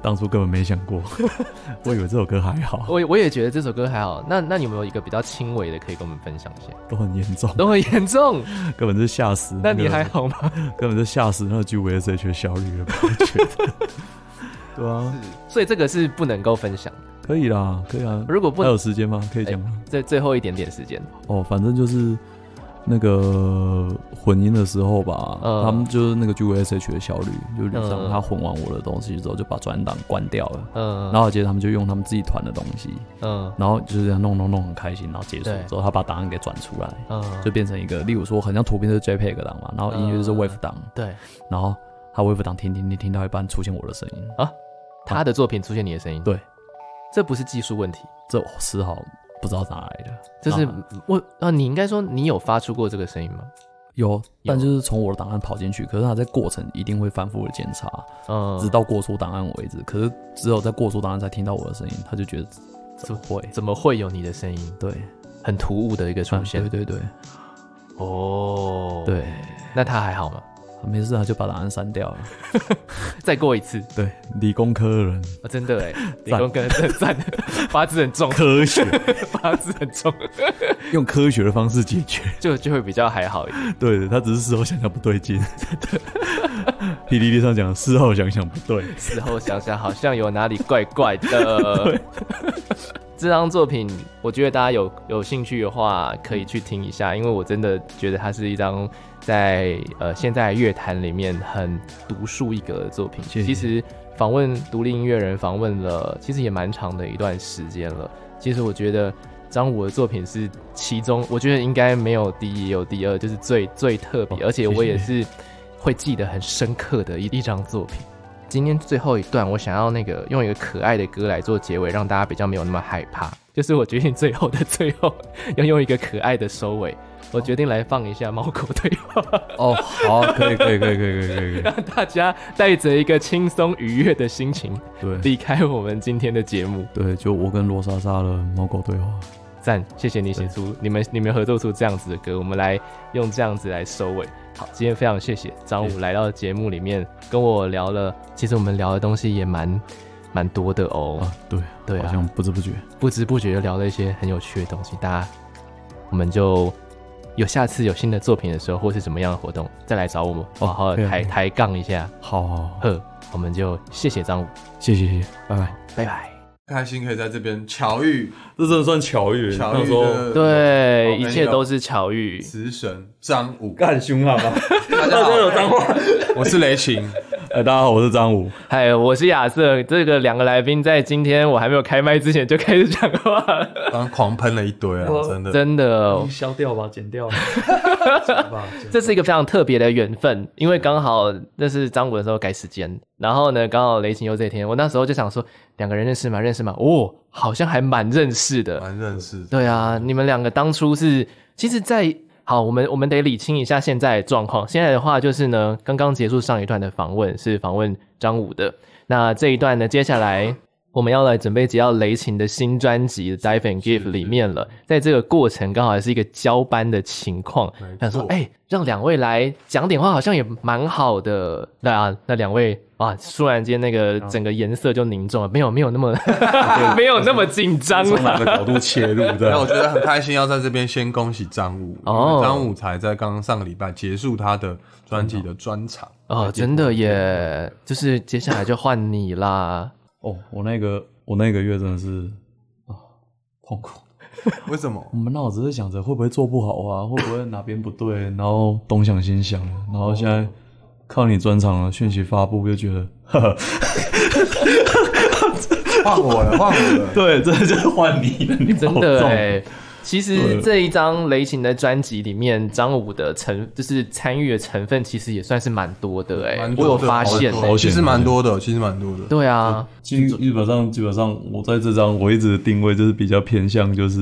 [SPEAKER 3] 当初根本没想过， 我以为这首歌还 好，
[SPEAKER 1] 我也我也觉得这首歌还好。那那你有没有一个比较轻微的可以跟我们分享一下？
[SPEAKER 3] 都很严重，
[SPEAKER 1] 都很严 重，
[SPEAKER 3] 根本就吓死
[SPEAKER 1] 那
[SPEAKER 3] 那个
[SPEAKER 1] 你还好吗？
[SPEAKER 3] 根本就吓死那个 G V S H 小女了，我觉得。 对啊，
[SPEAKER 1] 所以这个是不能够分享的。
[SPEAKER 3] 可以啦，可以啊。
[SPEAKER 1] 如果不
[SPEAKER 3] 还有时间吗？可以讲吗？
[SPEAKER 1] 这最后一点点时间，
[SPEAKER 3] 哦，反正就是那个混音的时候吧，
[SPEAKER 2] 呃
[SPEAKER 1] 嗯
[SPEAKER 3] 他们就是那个 G V S H 的小吕，就吕
[SPEAKER 1] 嗯
[SPEAKER 3] 上他混完我的东西之后，就把转档关掉了。
[SPEAKER 1] 嗯，
[SPEAKER 3] 然后接着他们就用他们自己团的东西，
[SPEAKER 1] 嗯
[SPEAKER 3] 然后就是这样弄弄弄很开心，然后结束
[SPEAKER 1] 对
[SPEAKER 3] 之后，他把档案给转出来，
[SPEAKER 1] 嗯，
[SPEAKER 3] 就变成一个，例如说很像图片是 JPEG 档嘛，然后音乐就是
[SPEAKER 1] 嗯
[SPEAKER 3] WAV 档，
[SPEAKER 1] 对
[SPEAKER 3] 然后他 WAV 档听听听听到一半出现我的声音，
[SPEAKER 1] 他的作品出现你的声音，
[SPEAKER 3] 对，
[SPEAKER 1] 这不是技术问题，
[SPEAKER 3] 这我丝毫不知道哪来的，
[SPEAKER 1] 就是
[SPEAKER 3] 啊
[SPEAKER 1] 我啊，你应该说你有发出过这个声音吗？
[SPEAKER 3] 有，但就是从我的档案跑进去，可是他在过程一定会反复的检查，
[SPEAKER 1] 嗯，
[SPEAKER 3] 直到过出档案为止。可是只有在过出档案才听到我的声音，他就觉得怎么会？
[SPEAKER 1] 怎么会有你的声音？
[SPEAKER 3] 对，
[SPEAKER 1] 很突兀的一个出
[SPEAKER 3] 嗯
[SPEAKER 1] 现
[SPEAKER 3] 对。对嗯对
[SPEAKER 1] 哦，，
[SPEAKER 3] 对，
[SPEAKER 1] 那他还好吗？
[SPEAKER 3] 没事，他就把档案删掉了。
[SPEAKER 1] 再过一次，
[SPEAKER 3] 对，理工科的人，
[SPEAKER 1] 啊、真 的哎，理工科真的赞， 八字很重，
[SPEAKER 3] 科学
[SPEAKER 1] 八字很重，
[SPEAKER 3] 用科学的方式解决。
[SPEAKER 1] 就就会比较还好一点。
[SPEAKER 3] 对他只是事后想想不 对劲。p D D 上讲事后想想不对，
[SPEAKER 1] 事后想想好像有哪里怪怪的，这张作品，我觉得大家有有兴趣的话，可以去听一下，因为我真的觉得它是一张在呃现在乐坛里面很独树一格的作品。
[SPEAKER 2] 谢谢
[SPEAKER 1] 其实访问独立音乐人访问了，其实也蛮长的一段时间了。其实我觉得张武的作品是其中，我觉得应该没有第一也有第二，就是最最特别，
[SPEAKER 2] 哦
[SPEAKER 1] 而且我也
[SPEAKER 2] 谢
[SPEAKER 1] 是会记得很深刻的一一张作品。今天最后一段，我想要那个用一个可爱的歌来做结尾，让大家比较没有那么害怕。就是我决定最后的最后要用一个可爱的收尾，我决定来放一下猫狗对话，
[SPEAKER 2] 哦，好，可以，可以，可以，可以，可以，可 以，可以
[SPEAKER 1] 让大家带着一个轻松愉悦的心情
[SPEAKER 2] 对，
[SPEAKER 1] 离开我们今天的节目。
[SPEAKER 2] 对，就我跟罗莎莎的猫狗对话。
[SPEAKER 1] 赞，谢谢你写出你们你们合作出这样子的歌，我们来用这样子来收尾。好，今天非常谢谢张
[SPEAKER 2] 谢
[SPEAKER 1] 武来到节目里面跟我聊了，其实我们聊的东西也蛮蛮多的哦，
[SPEAKER 2] 啊，对，
[SPEAKER 1] 对啊
[SPEAKER 2] 好像不知不觉。
[SPEAKER 1] 不知不觉就聊了一些很有趣的东西。大家，我们就有下次有新的作品的时候，或是怎么样的活动，再来找我们，好好
[SPEAKER 2] 可
[SPEAKER 1] 地
[SPEAKER 2] 以啊
[SPEAKER 1] 抬
[SPEAKER 2] 可以
[SPEAKER 1] 抬杠一下。
[SPEAKER 2] 好好好，
[SPEAKER 1] 呵，我们就谢谢张武，
[SPEAKER 2] 谢谢，谢谢，拜拜。
[SPEAKER 1] 拜拜。
[SPEAKER 6] 开心可以在这边巧遇
[SPEAKER 2] 这真的算巧遇
[SPEAKER 6] 巧遇的
[SPEAKER 1] 对，
[SPEAKER 6] 好
[SPEAKER 1] 一
[SPEAKER 2] 哦
[SPEAKER 1] 切都是巧遇。
[SPEAKER 6] 食神张武，
[SPEAKER 2] 干凶悍 吧？
[SPEAKER 6] 大家好， 我是雷晴，
[SPEAKER 2] 哎，大家好，我是张武。
[SPEAKER 1] 嗨，我是亚瑟。这个两个来宾在今天我还没有开麦之前就开始讲话了，
[SPEAKER 6] 刚刚狂喷了一堆啊，真的。
[SPEAKER 1] 真的，哦
[SPEAKER 2] 嗯
[SPEAKER 7] 消掉吧，剪掉吧，剪吧剪
[SPEAKER 1] 这是一个非常特别的缘分，因为刚好那是张武的时候改时间，然后呢，刚好雷霆又这一天，我那时候就想说，两个人认识吗？认识吗？哦，好像还蛮认识的。
[SPEAKER 6] 蛮认识的，
[SPEAKER 1] 对啊，你们两个当初是，其实在，好，我们我们得理清一下现在的状况。现在的话就是呢，刚刚结束上一段的访问是访问张武的，那这一段呢，接下来我们要来准备接到雷霆的新专辑《Dive and Give》里面了。在这个过程刚好还是一个交班的情况，想说，哎、让两位来讲点话，好像也蛮好的。那、啊、那两位啊，突然间那个整个颜色就凝重了，没有没有那么没有那么紧张
[SPEAKER 2] 从
[SPEAKER 1] 了。
[SPEAKER 2] 哪个角度切入 这
[SPEAKER 6] 那我
[SPEAKER 2] 样？
[SPEAKER 6] 觉得很开心，要在这边先恭喜张武
[SPEAKER 1] 哦
[SPEAKER 6] 张武才在刚刚上个礼拜结束他的专辑的专场，
[SPEAKER 1] 哦，真的耶，就是接下来就换你 啦。
[SPEAKER 2] 哦，我那个我那个月真的是啊痛苦。
[SPEAKER 6] 为什么？
[SPEAKER 2] 我们脑子是想着会不会做不好啊，会不会哪边不对，然后东想西想，然后现在看你专场的讯息发布，就觉得，呵呵
[SPEAKER 6] 换我了，换我了。
[SPEAKER 2] 对，这就是换你了，你
[SPEAKER 1] 真
[SPEAKER 2] 保
[SPEAKER 1] 的
[SPEAKER 2] 重
[SPEAKER 1] 哎、其实
[SPEAKER 2] 对
[SPEAKER 1] 这一张雷霆的专辑里面，张武的成就是参与的成分，其实也算是蛮多的 哎、
[SPEAKER 6] 蛮
[SPEAKER 1] 我
[SPEAKER 6] 多的
[SPEAKER 1] 有发现、
[SPEAKER 6] 好
[SPEAKER 1] 欸
[SPEAKER 6] 多
[SPEAKER 2] 好。
[SPEAKER 6] 其实蛮多的，其实蛮多的。
[SPEAKER 1] 对啊，
[SPEAKER 2] 基基本上基本上，我在这张我一直的定位就是比较偏向就是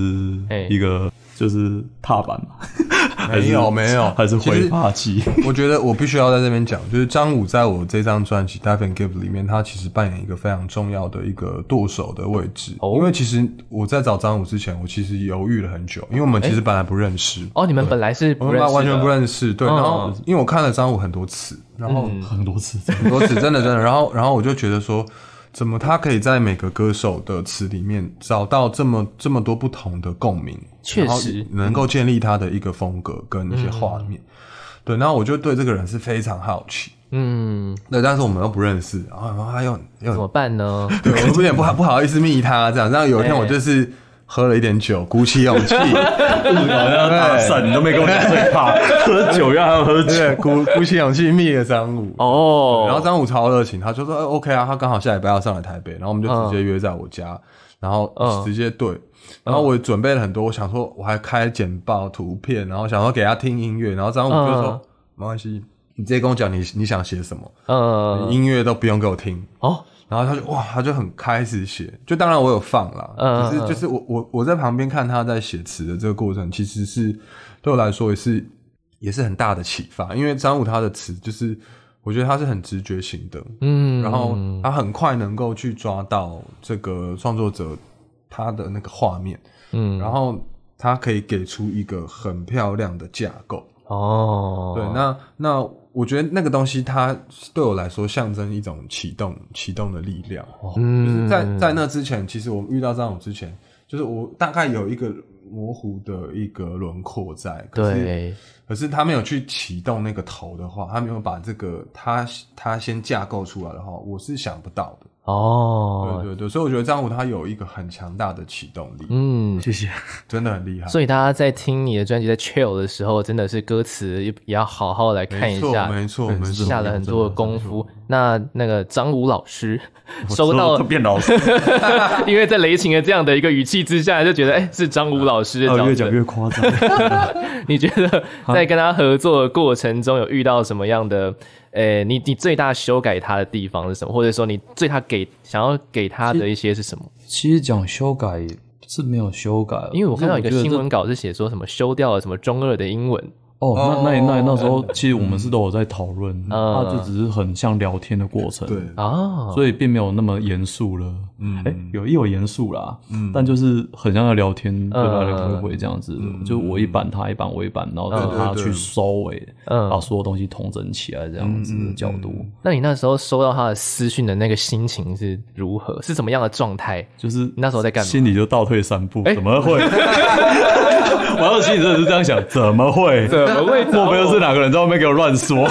[SPEAKER 1] 哎
[SPEAKER 2] 一个就是踏板嘛，还是
[SPEAKER 6] 没有没有
[SPEAKER 2] 还是
[SPEAKER 6] 其
[SPEAKER 2] 回
[SPEAKER 6] 实
[SPEAKER 2] 霸气。
[SPEAKER 6] 我觉得我必须要在这边讲，就是张武在我这张专辑《Dive and Give》里面，他其实扮演一个非常重要的一个舵手的位置。
[SPEAKER 1] 哦
[SPEAKER 6] 因为其实我在找张武之前，我其实犹豫了很久，因为我们其实本来不认识，
[SPEAKER 1] 哎哦，你们本来是不
[SPEAKER 6] 我们
[SPEAKER 1] 认识的，
[SPEAKER 6] 完全不认识。对，
[SPEAKER 1] 嗯
[SPEAKER 6] 然后因为我看了张武很多次，然后
[SPEAKER 2] 很多次，
[SPEAKER 6] 很多次，真的真的，然后然后我就觉得说。怎么他可以在每个歌手的词里面找到这么这么多不同的共鸣？
[SPEAKER 1] 确
[SPEAKER 6] 然后
[SPEAKER 1] 实嗯
[SPEAKER 6] 能够建立他的一个风格跟一些画面。对，然后我就对这个人是非常好奇。
[SPEAKER 1] 嗯，
[SPEAKER 6] 对，但是我们又不认识，然后然后他又又
[SPEAKER 1] 怎么办 呢？
[SPEAKER 6] 对，我有点不好不好意思密他这样，然后有一天
[SPEAKER 1] 哎
[SPEAKER 6] 我就是喝了一点酒，鼓 起勇气，
[SPEAKER 2] 好像打伞，你都没跟我讲最怕喝酒要还要喝酒。
[SPEAKER 6] 对，鼓鼓起勇气密了张武。
[SPEAKER 1] 哦，
[SPEAKER 6] 然后张武超热情，他就说、哎 OK 啊，他刚好下礼拜要上来台北，然后我们就直接约在我家，然后
[SPEAKER 1] 嗯
[SPEAKER 6] 直接对，然后我准备了很多，我想说我还开简报图片，然后想说给他听音乐，然后张武就说、
[SPEAKER 1] 嗯
[SPEAKER 6] 没关系，你直接跟我讲你你想写什么，
[SPEAKER 1] 嗯，
[SPEAKER 6] 音乐都不用给我听，
[SPEAKER 1] 哦，
[SPEAKER 6] 然后他就哇，他就很开始写，就当然我有放啦，
[SPEAKER 1] 嗯
[SPEAKER 6] 只
[SPEAKER 1] 嗯
[SPEAKER 6] 是就是我我我在旁边看他在写词的这个过程，其实是对我来说也是也是很大的启发，因为张武他的词就是我觉得他是很直觉型的，
[SPEAKER 1] 嗯，
[SPEAKER 6] 然后他很快能够去抓到这个创作者他的那个画面，
[SPEAKER 1] 嗯，
[SPEAKER 6] 然后他可以给出一个很漂亮的架构，
[SPEAKER 1] 哦，
[SPEAKER 6] 对，那那我觉得那个东西，它对我来说象征一种启动启动的力量。就是
[SPEAKER 1] 嗯，
[SPEAKER 6] 在在那之前，其实我遇到张勇之前，就是我大概有一个模糊的一个轮廓在。可是
[SPEAKER 1] 对，
[SPEAKER 6] 可是他没有去启动那个头的话，他没有把这个他他先架构出来的话，我是想不到的。
[SPEAKER 1] 哦，
[SPEAKER 6] 对对对，所以我觉得张虎他有一个很强大的启动力，
[SPEAKER 1] 嗯，
[SPEAKER 7] 谢谢。
[SPEAKER 6] 真的很厉害。
[SPEAKER 1] 所以大家在听你的专辑在 chill 的时候，真的是歌词也也要好好来看一
[SPEAKER 6] 没错
[SPEAKER 1] 下，
[SPEAKER 6] 没错
[SPEAKER 1] 嗯
[SPEAKER 6] 没错
[SPEAKER 1] 下了很多的功夫。那那个张武老师收
[SPEAKER 8] 我
[SPEAKER 1] 到
[SPEAKER 8] 都，变老师，
[SPEAKER 1] 因为在雷霆的这样的一个语气之下，就觉得哎、是张武老师的
[SPEAKER 8] 哦
[SPEAKER 1] 角
[SPEAKER 8] 越讲
[SPEAKER 1] 色。
[SPEAKER 8] 越夸张。
[SPEAKER 1] 你觉得在跟他合作的过程中，有遇到什么样的？呃，你你最大修改他的地方是什么？或者说你最大给想要给他的一些是什么？
[SPEAKER 2] 其实讲修改是没有修改，
[SPEAKER 1] 因为我看到一个
[SPEAKER 2] 可是
[SPEAKER 1] 新
[SPEAKER 2] 觉得这
[SPEAKER 1] 闻稿是写说什么修掉了什么中二的英文，
[SPEAKER 2] 哦，那那那那时候其实我们是都有在讨论，
[SPEAKER 1] 嗯
[SPEAKER 2] 它就只是很像聊天的过程，
[SPEAKER 6] 对，
[SPEAKER 1] 哦，
[SPEAKER 2] 所以并没有那么严肃了。
[SPEAKER 6] 嗯
[SPEAKER 2] 哎，有也有严肃啦，但就是很像在聊天，
[SPEAKER 1] 嗯
[SPEAKER 2] 对吧？在开会这样子，就我一版他一版我一版，然后
[SPEAKER 6] 对
[SPEAKER 2] 等
[SPEAKER 6] 对
[SPEAKER 2] 他
[SPEAKER 6] 对
[SPEAKER 2] 去收尾，
[SPEAKER 1] 嗯
[SPEAKER 2] 把所有东西统整起来这样子的角度，
[SPEAKER 1] 那你那时候收到他的私讯的那个心情是如何？是怎么样的状态？
[SPEAKER 2] 就是
[SPEAKER 1] 那时候在干嘛
[SPEAKER 2] 心里就倒退三步，
[SPEAKER 1] 哎
[SPEAKER 2] 怎 么会？然后心里真的是这样想，怎么会？
[SPEAKER 1] 怎么会
[SPEAKER 2] 莫非又是哪个人在外面给我 乱说，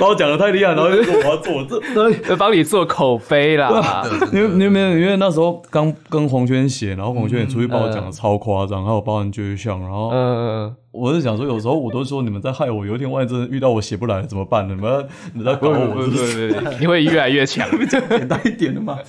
[SPEAKER 2] 把我讲的太厉害，然后就说我要做这这
[SPEAKER 1] 在帮你做口碑 啦？
[SPEAKER 2] 因为因为没有，因为那时候刚跟黄轩写，然后黄轩也出去把我讲的超夸张，还有包含绝像，然
[SPEAKER 6] 呃
[SPEAKER 2] 后
[SPEAKER 1] 嗯，
[SPEAKER 2] 我是想说，有时候我都说你们在害我，有一天万一真的遇到我写不来了怎么办呢？你们要你们在搞我
[SPEAKER 6] 哦
[SPEAKER 2] 是不是？
[SPEAKER 1] 对对，嗯你会越来越 强。
[SPEAKER 2] 简单一点的嘛。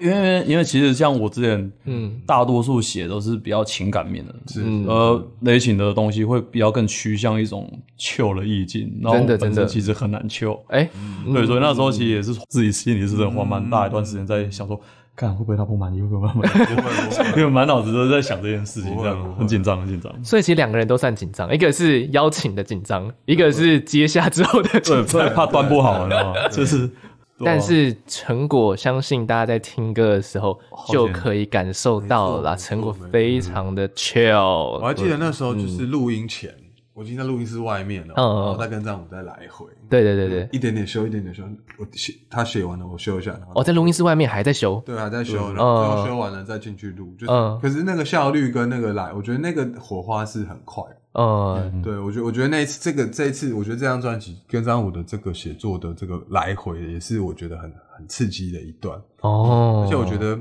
[SPEAKER 2] 因为因为其实像我之前，嗯，大多数写都是比较情感面的，
[SPEAKER 6] 是
[SPEAKER 1] 嗯
[SPEAKER 2] 呃，类型的东西会比较更趋向一种 chill 的意境，然后
[SPEAKER 1] 真的
[SPEAKER 2] 我本身
[SPEAKER 1] 真的
[SPEAKER 2] 其实很难 chill，
[SPEAKER 1] 哎，
[SPEAKER 2] 对，所以那时候其实也是自己心里是真的花蛮大一段时间在想说，看会不会他不满意，会不会他不满意，
[SPEAKER 6] 不会不会
[SPEAKER 2] 因为满脑子都在想这件事情，
[SPEAKER 6] 不会
[SPEAKER 2] 这样
[SPEAKER 6] 不会
[SPEAKER 2] 很紧张，很紧张。
[SPEAKER 1] 所以其实两个人都算紧张，一个是邀请的紧张，一个是接下之后的
[SPEAKER 2] 对，
[SPEAKER 6] 啊
[SPEAKER 1] 紧张。
[SPEAKER 2] 怕怕端不好，你知道吗？就是，对啊
[SPEAKER 1] 但是成果，相信大家在听歌的时候就可以感受到了啦，成果非常的
[SPEAKER 6] 我
[SPEAKER 1] chill。
[SPEAKER 6] 还记得那时候就是录音前，我已经在录音室外面了，
[SPEAKER 1] 嗯
[SPEAKER 6] 然
[SPEAKER 1] 嗯
[SPEAKER 6] 后再跟张武再来回，
[SPEAKER 1] 对对对对，
[SPEAKER 6] 一点点修，一点点修。我写他写完了，我修一下，然后
[SPEAKER 1] 哦，在录音室外面还在修。
[SPEAKER 6] 对，还在修，然
[SPEAKER 1] 嗯
[SPEAKER 6] 后最后修完了再进去录，就是、
[SPEAKER 1] 嗯
[SPEAKER 6] 可是那个效率跟那个来，我觉得那个火花是很快的。
[SPEAKER 1] 嗯，
[SPEAKER 6] 对我觉得，我觉得那一次这个这一次，我觉得这张专辑跟张武的这个写作的这个来回，也是我觉得很很刺激的一段。
[SPEAKER 1] 哦，
[SPEAKER 6] 而且我觉得，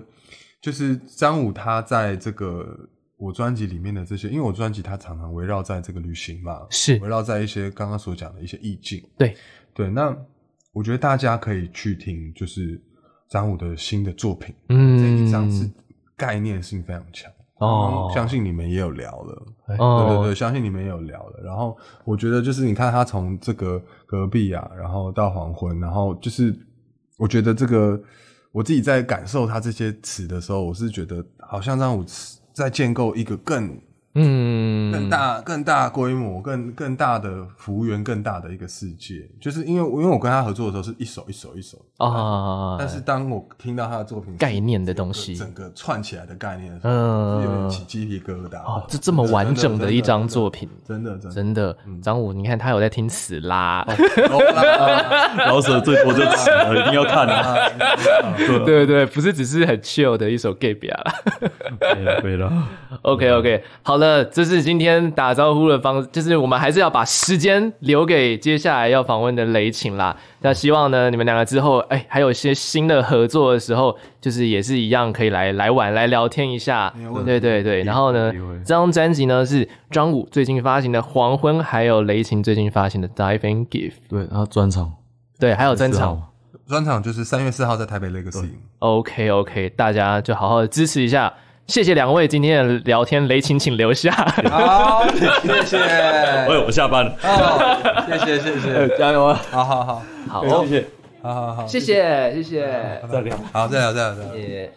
[SPEAKER 6] 就是张武他在这个我专辑里面的这些，因为我专辑他常常围绕在这个旅行嘛，
[SPEAKER 1] 是
[SPEAKER 6] 围绕在一些刚刚所讲的一些意境。
[SPEAKER 1] 对
[SPEAKER 6] 对，那我觉得大家可以去听，就是张武的新的作品，
[SPEAKER 1] 嗯
[SPEAKER 6] 这一张是概念性非常强。
[SPEAKER 1] 哦
[SPEAKER 6] 相信你们也有聊了，对对
[SPEAKER 1] 哦
[SPEAKER 6] 对，相信你们也有聊了。然后我觉得就是你看他从这个隔壁啊，然后到黄昏，然后就是我觉得这个我自己在感受他这些词的时候，我是觉得好像让我在建构一个更
[SPEAKER 1] 嗯，
[SPEAKER 6] 更大、更大规模、更更大的幅员、更大的一个世界。就是因为我因为我跟他合作的时候是一首一首一首，
[SPEAKER 1] 啊，
[SPEAKER 6] 但是当我听到他的作品是
[SPEAKER 1] 概念的
[SPEAKER 6] 整
[SPEAKER 1] 东
[SPEAKER 6] 个
[SPEAKER 1] 西
[SPEAKER 6] 整个串起来的概念的时候，
[SPEAKER 1] 嗯
[SPEAKER 6] 是有点起鸡皮疙瘩。
[SPEAKER 1] 哦，这这么完整的一张作
[SPEAKER 6] 品，
[SPEAKER 1] 品，
[SPEAKER 6] 真的嗯哦真的
[SPEAKER 1] 真的，张武，你看他有在听词啦，
[SPEAKER 2] 老舍最多就死了，一定要看 啊！
[SPEAKER 1] 对对，不是只是很 chill 的一首 gay 表啦。
[SPEAKER 2] 对了哎对了，
[SPEAKER 1] OK OK，好了，这是今天打招呼的方，就是我们还是要把时间留给接下来要访问的雷晴啦。那希望呢，你们两个之后，哎，还有一些新的合作的时候，就是也是一样可以来来玩来聊天一下。对对对，然后呢，这张专辑呢是张武最近发行的《黄昏》，还有雷晴最近发行的《Dive and Give》，
[SPEAKER 2] 对，他专场
[SPEAKER 1] 对，还有专场。
[SPEAKER 6] 专场就是三月四号在台北 Legacy。
[SPEAKER 1] OK OK，大家就好好的支持一下，谢谢两位今天的聊天，雷晴请留下。
[SPEAKER 6] 好，谢谢，
[SPEAKER 2] 哎，我下班了，
[SPEAKER 6] 哦谢谢谢谢，
[SPEAKER 2] 加油啊！
[SPEAKER 6] 好好好，哎
[SPEAKER 1] 好，
[SPEAKER 2] 谢谢，
[SPEAKER 6] 好好好，
[SPEAKER 1] 谢谢谢谢。
[SPEAKER 2] 再聊。
[SPEAKER 6] 好，再聊再聊再聊。
[SPEAKER 1] 也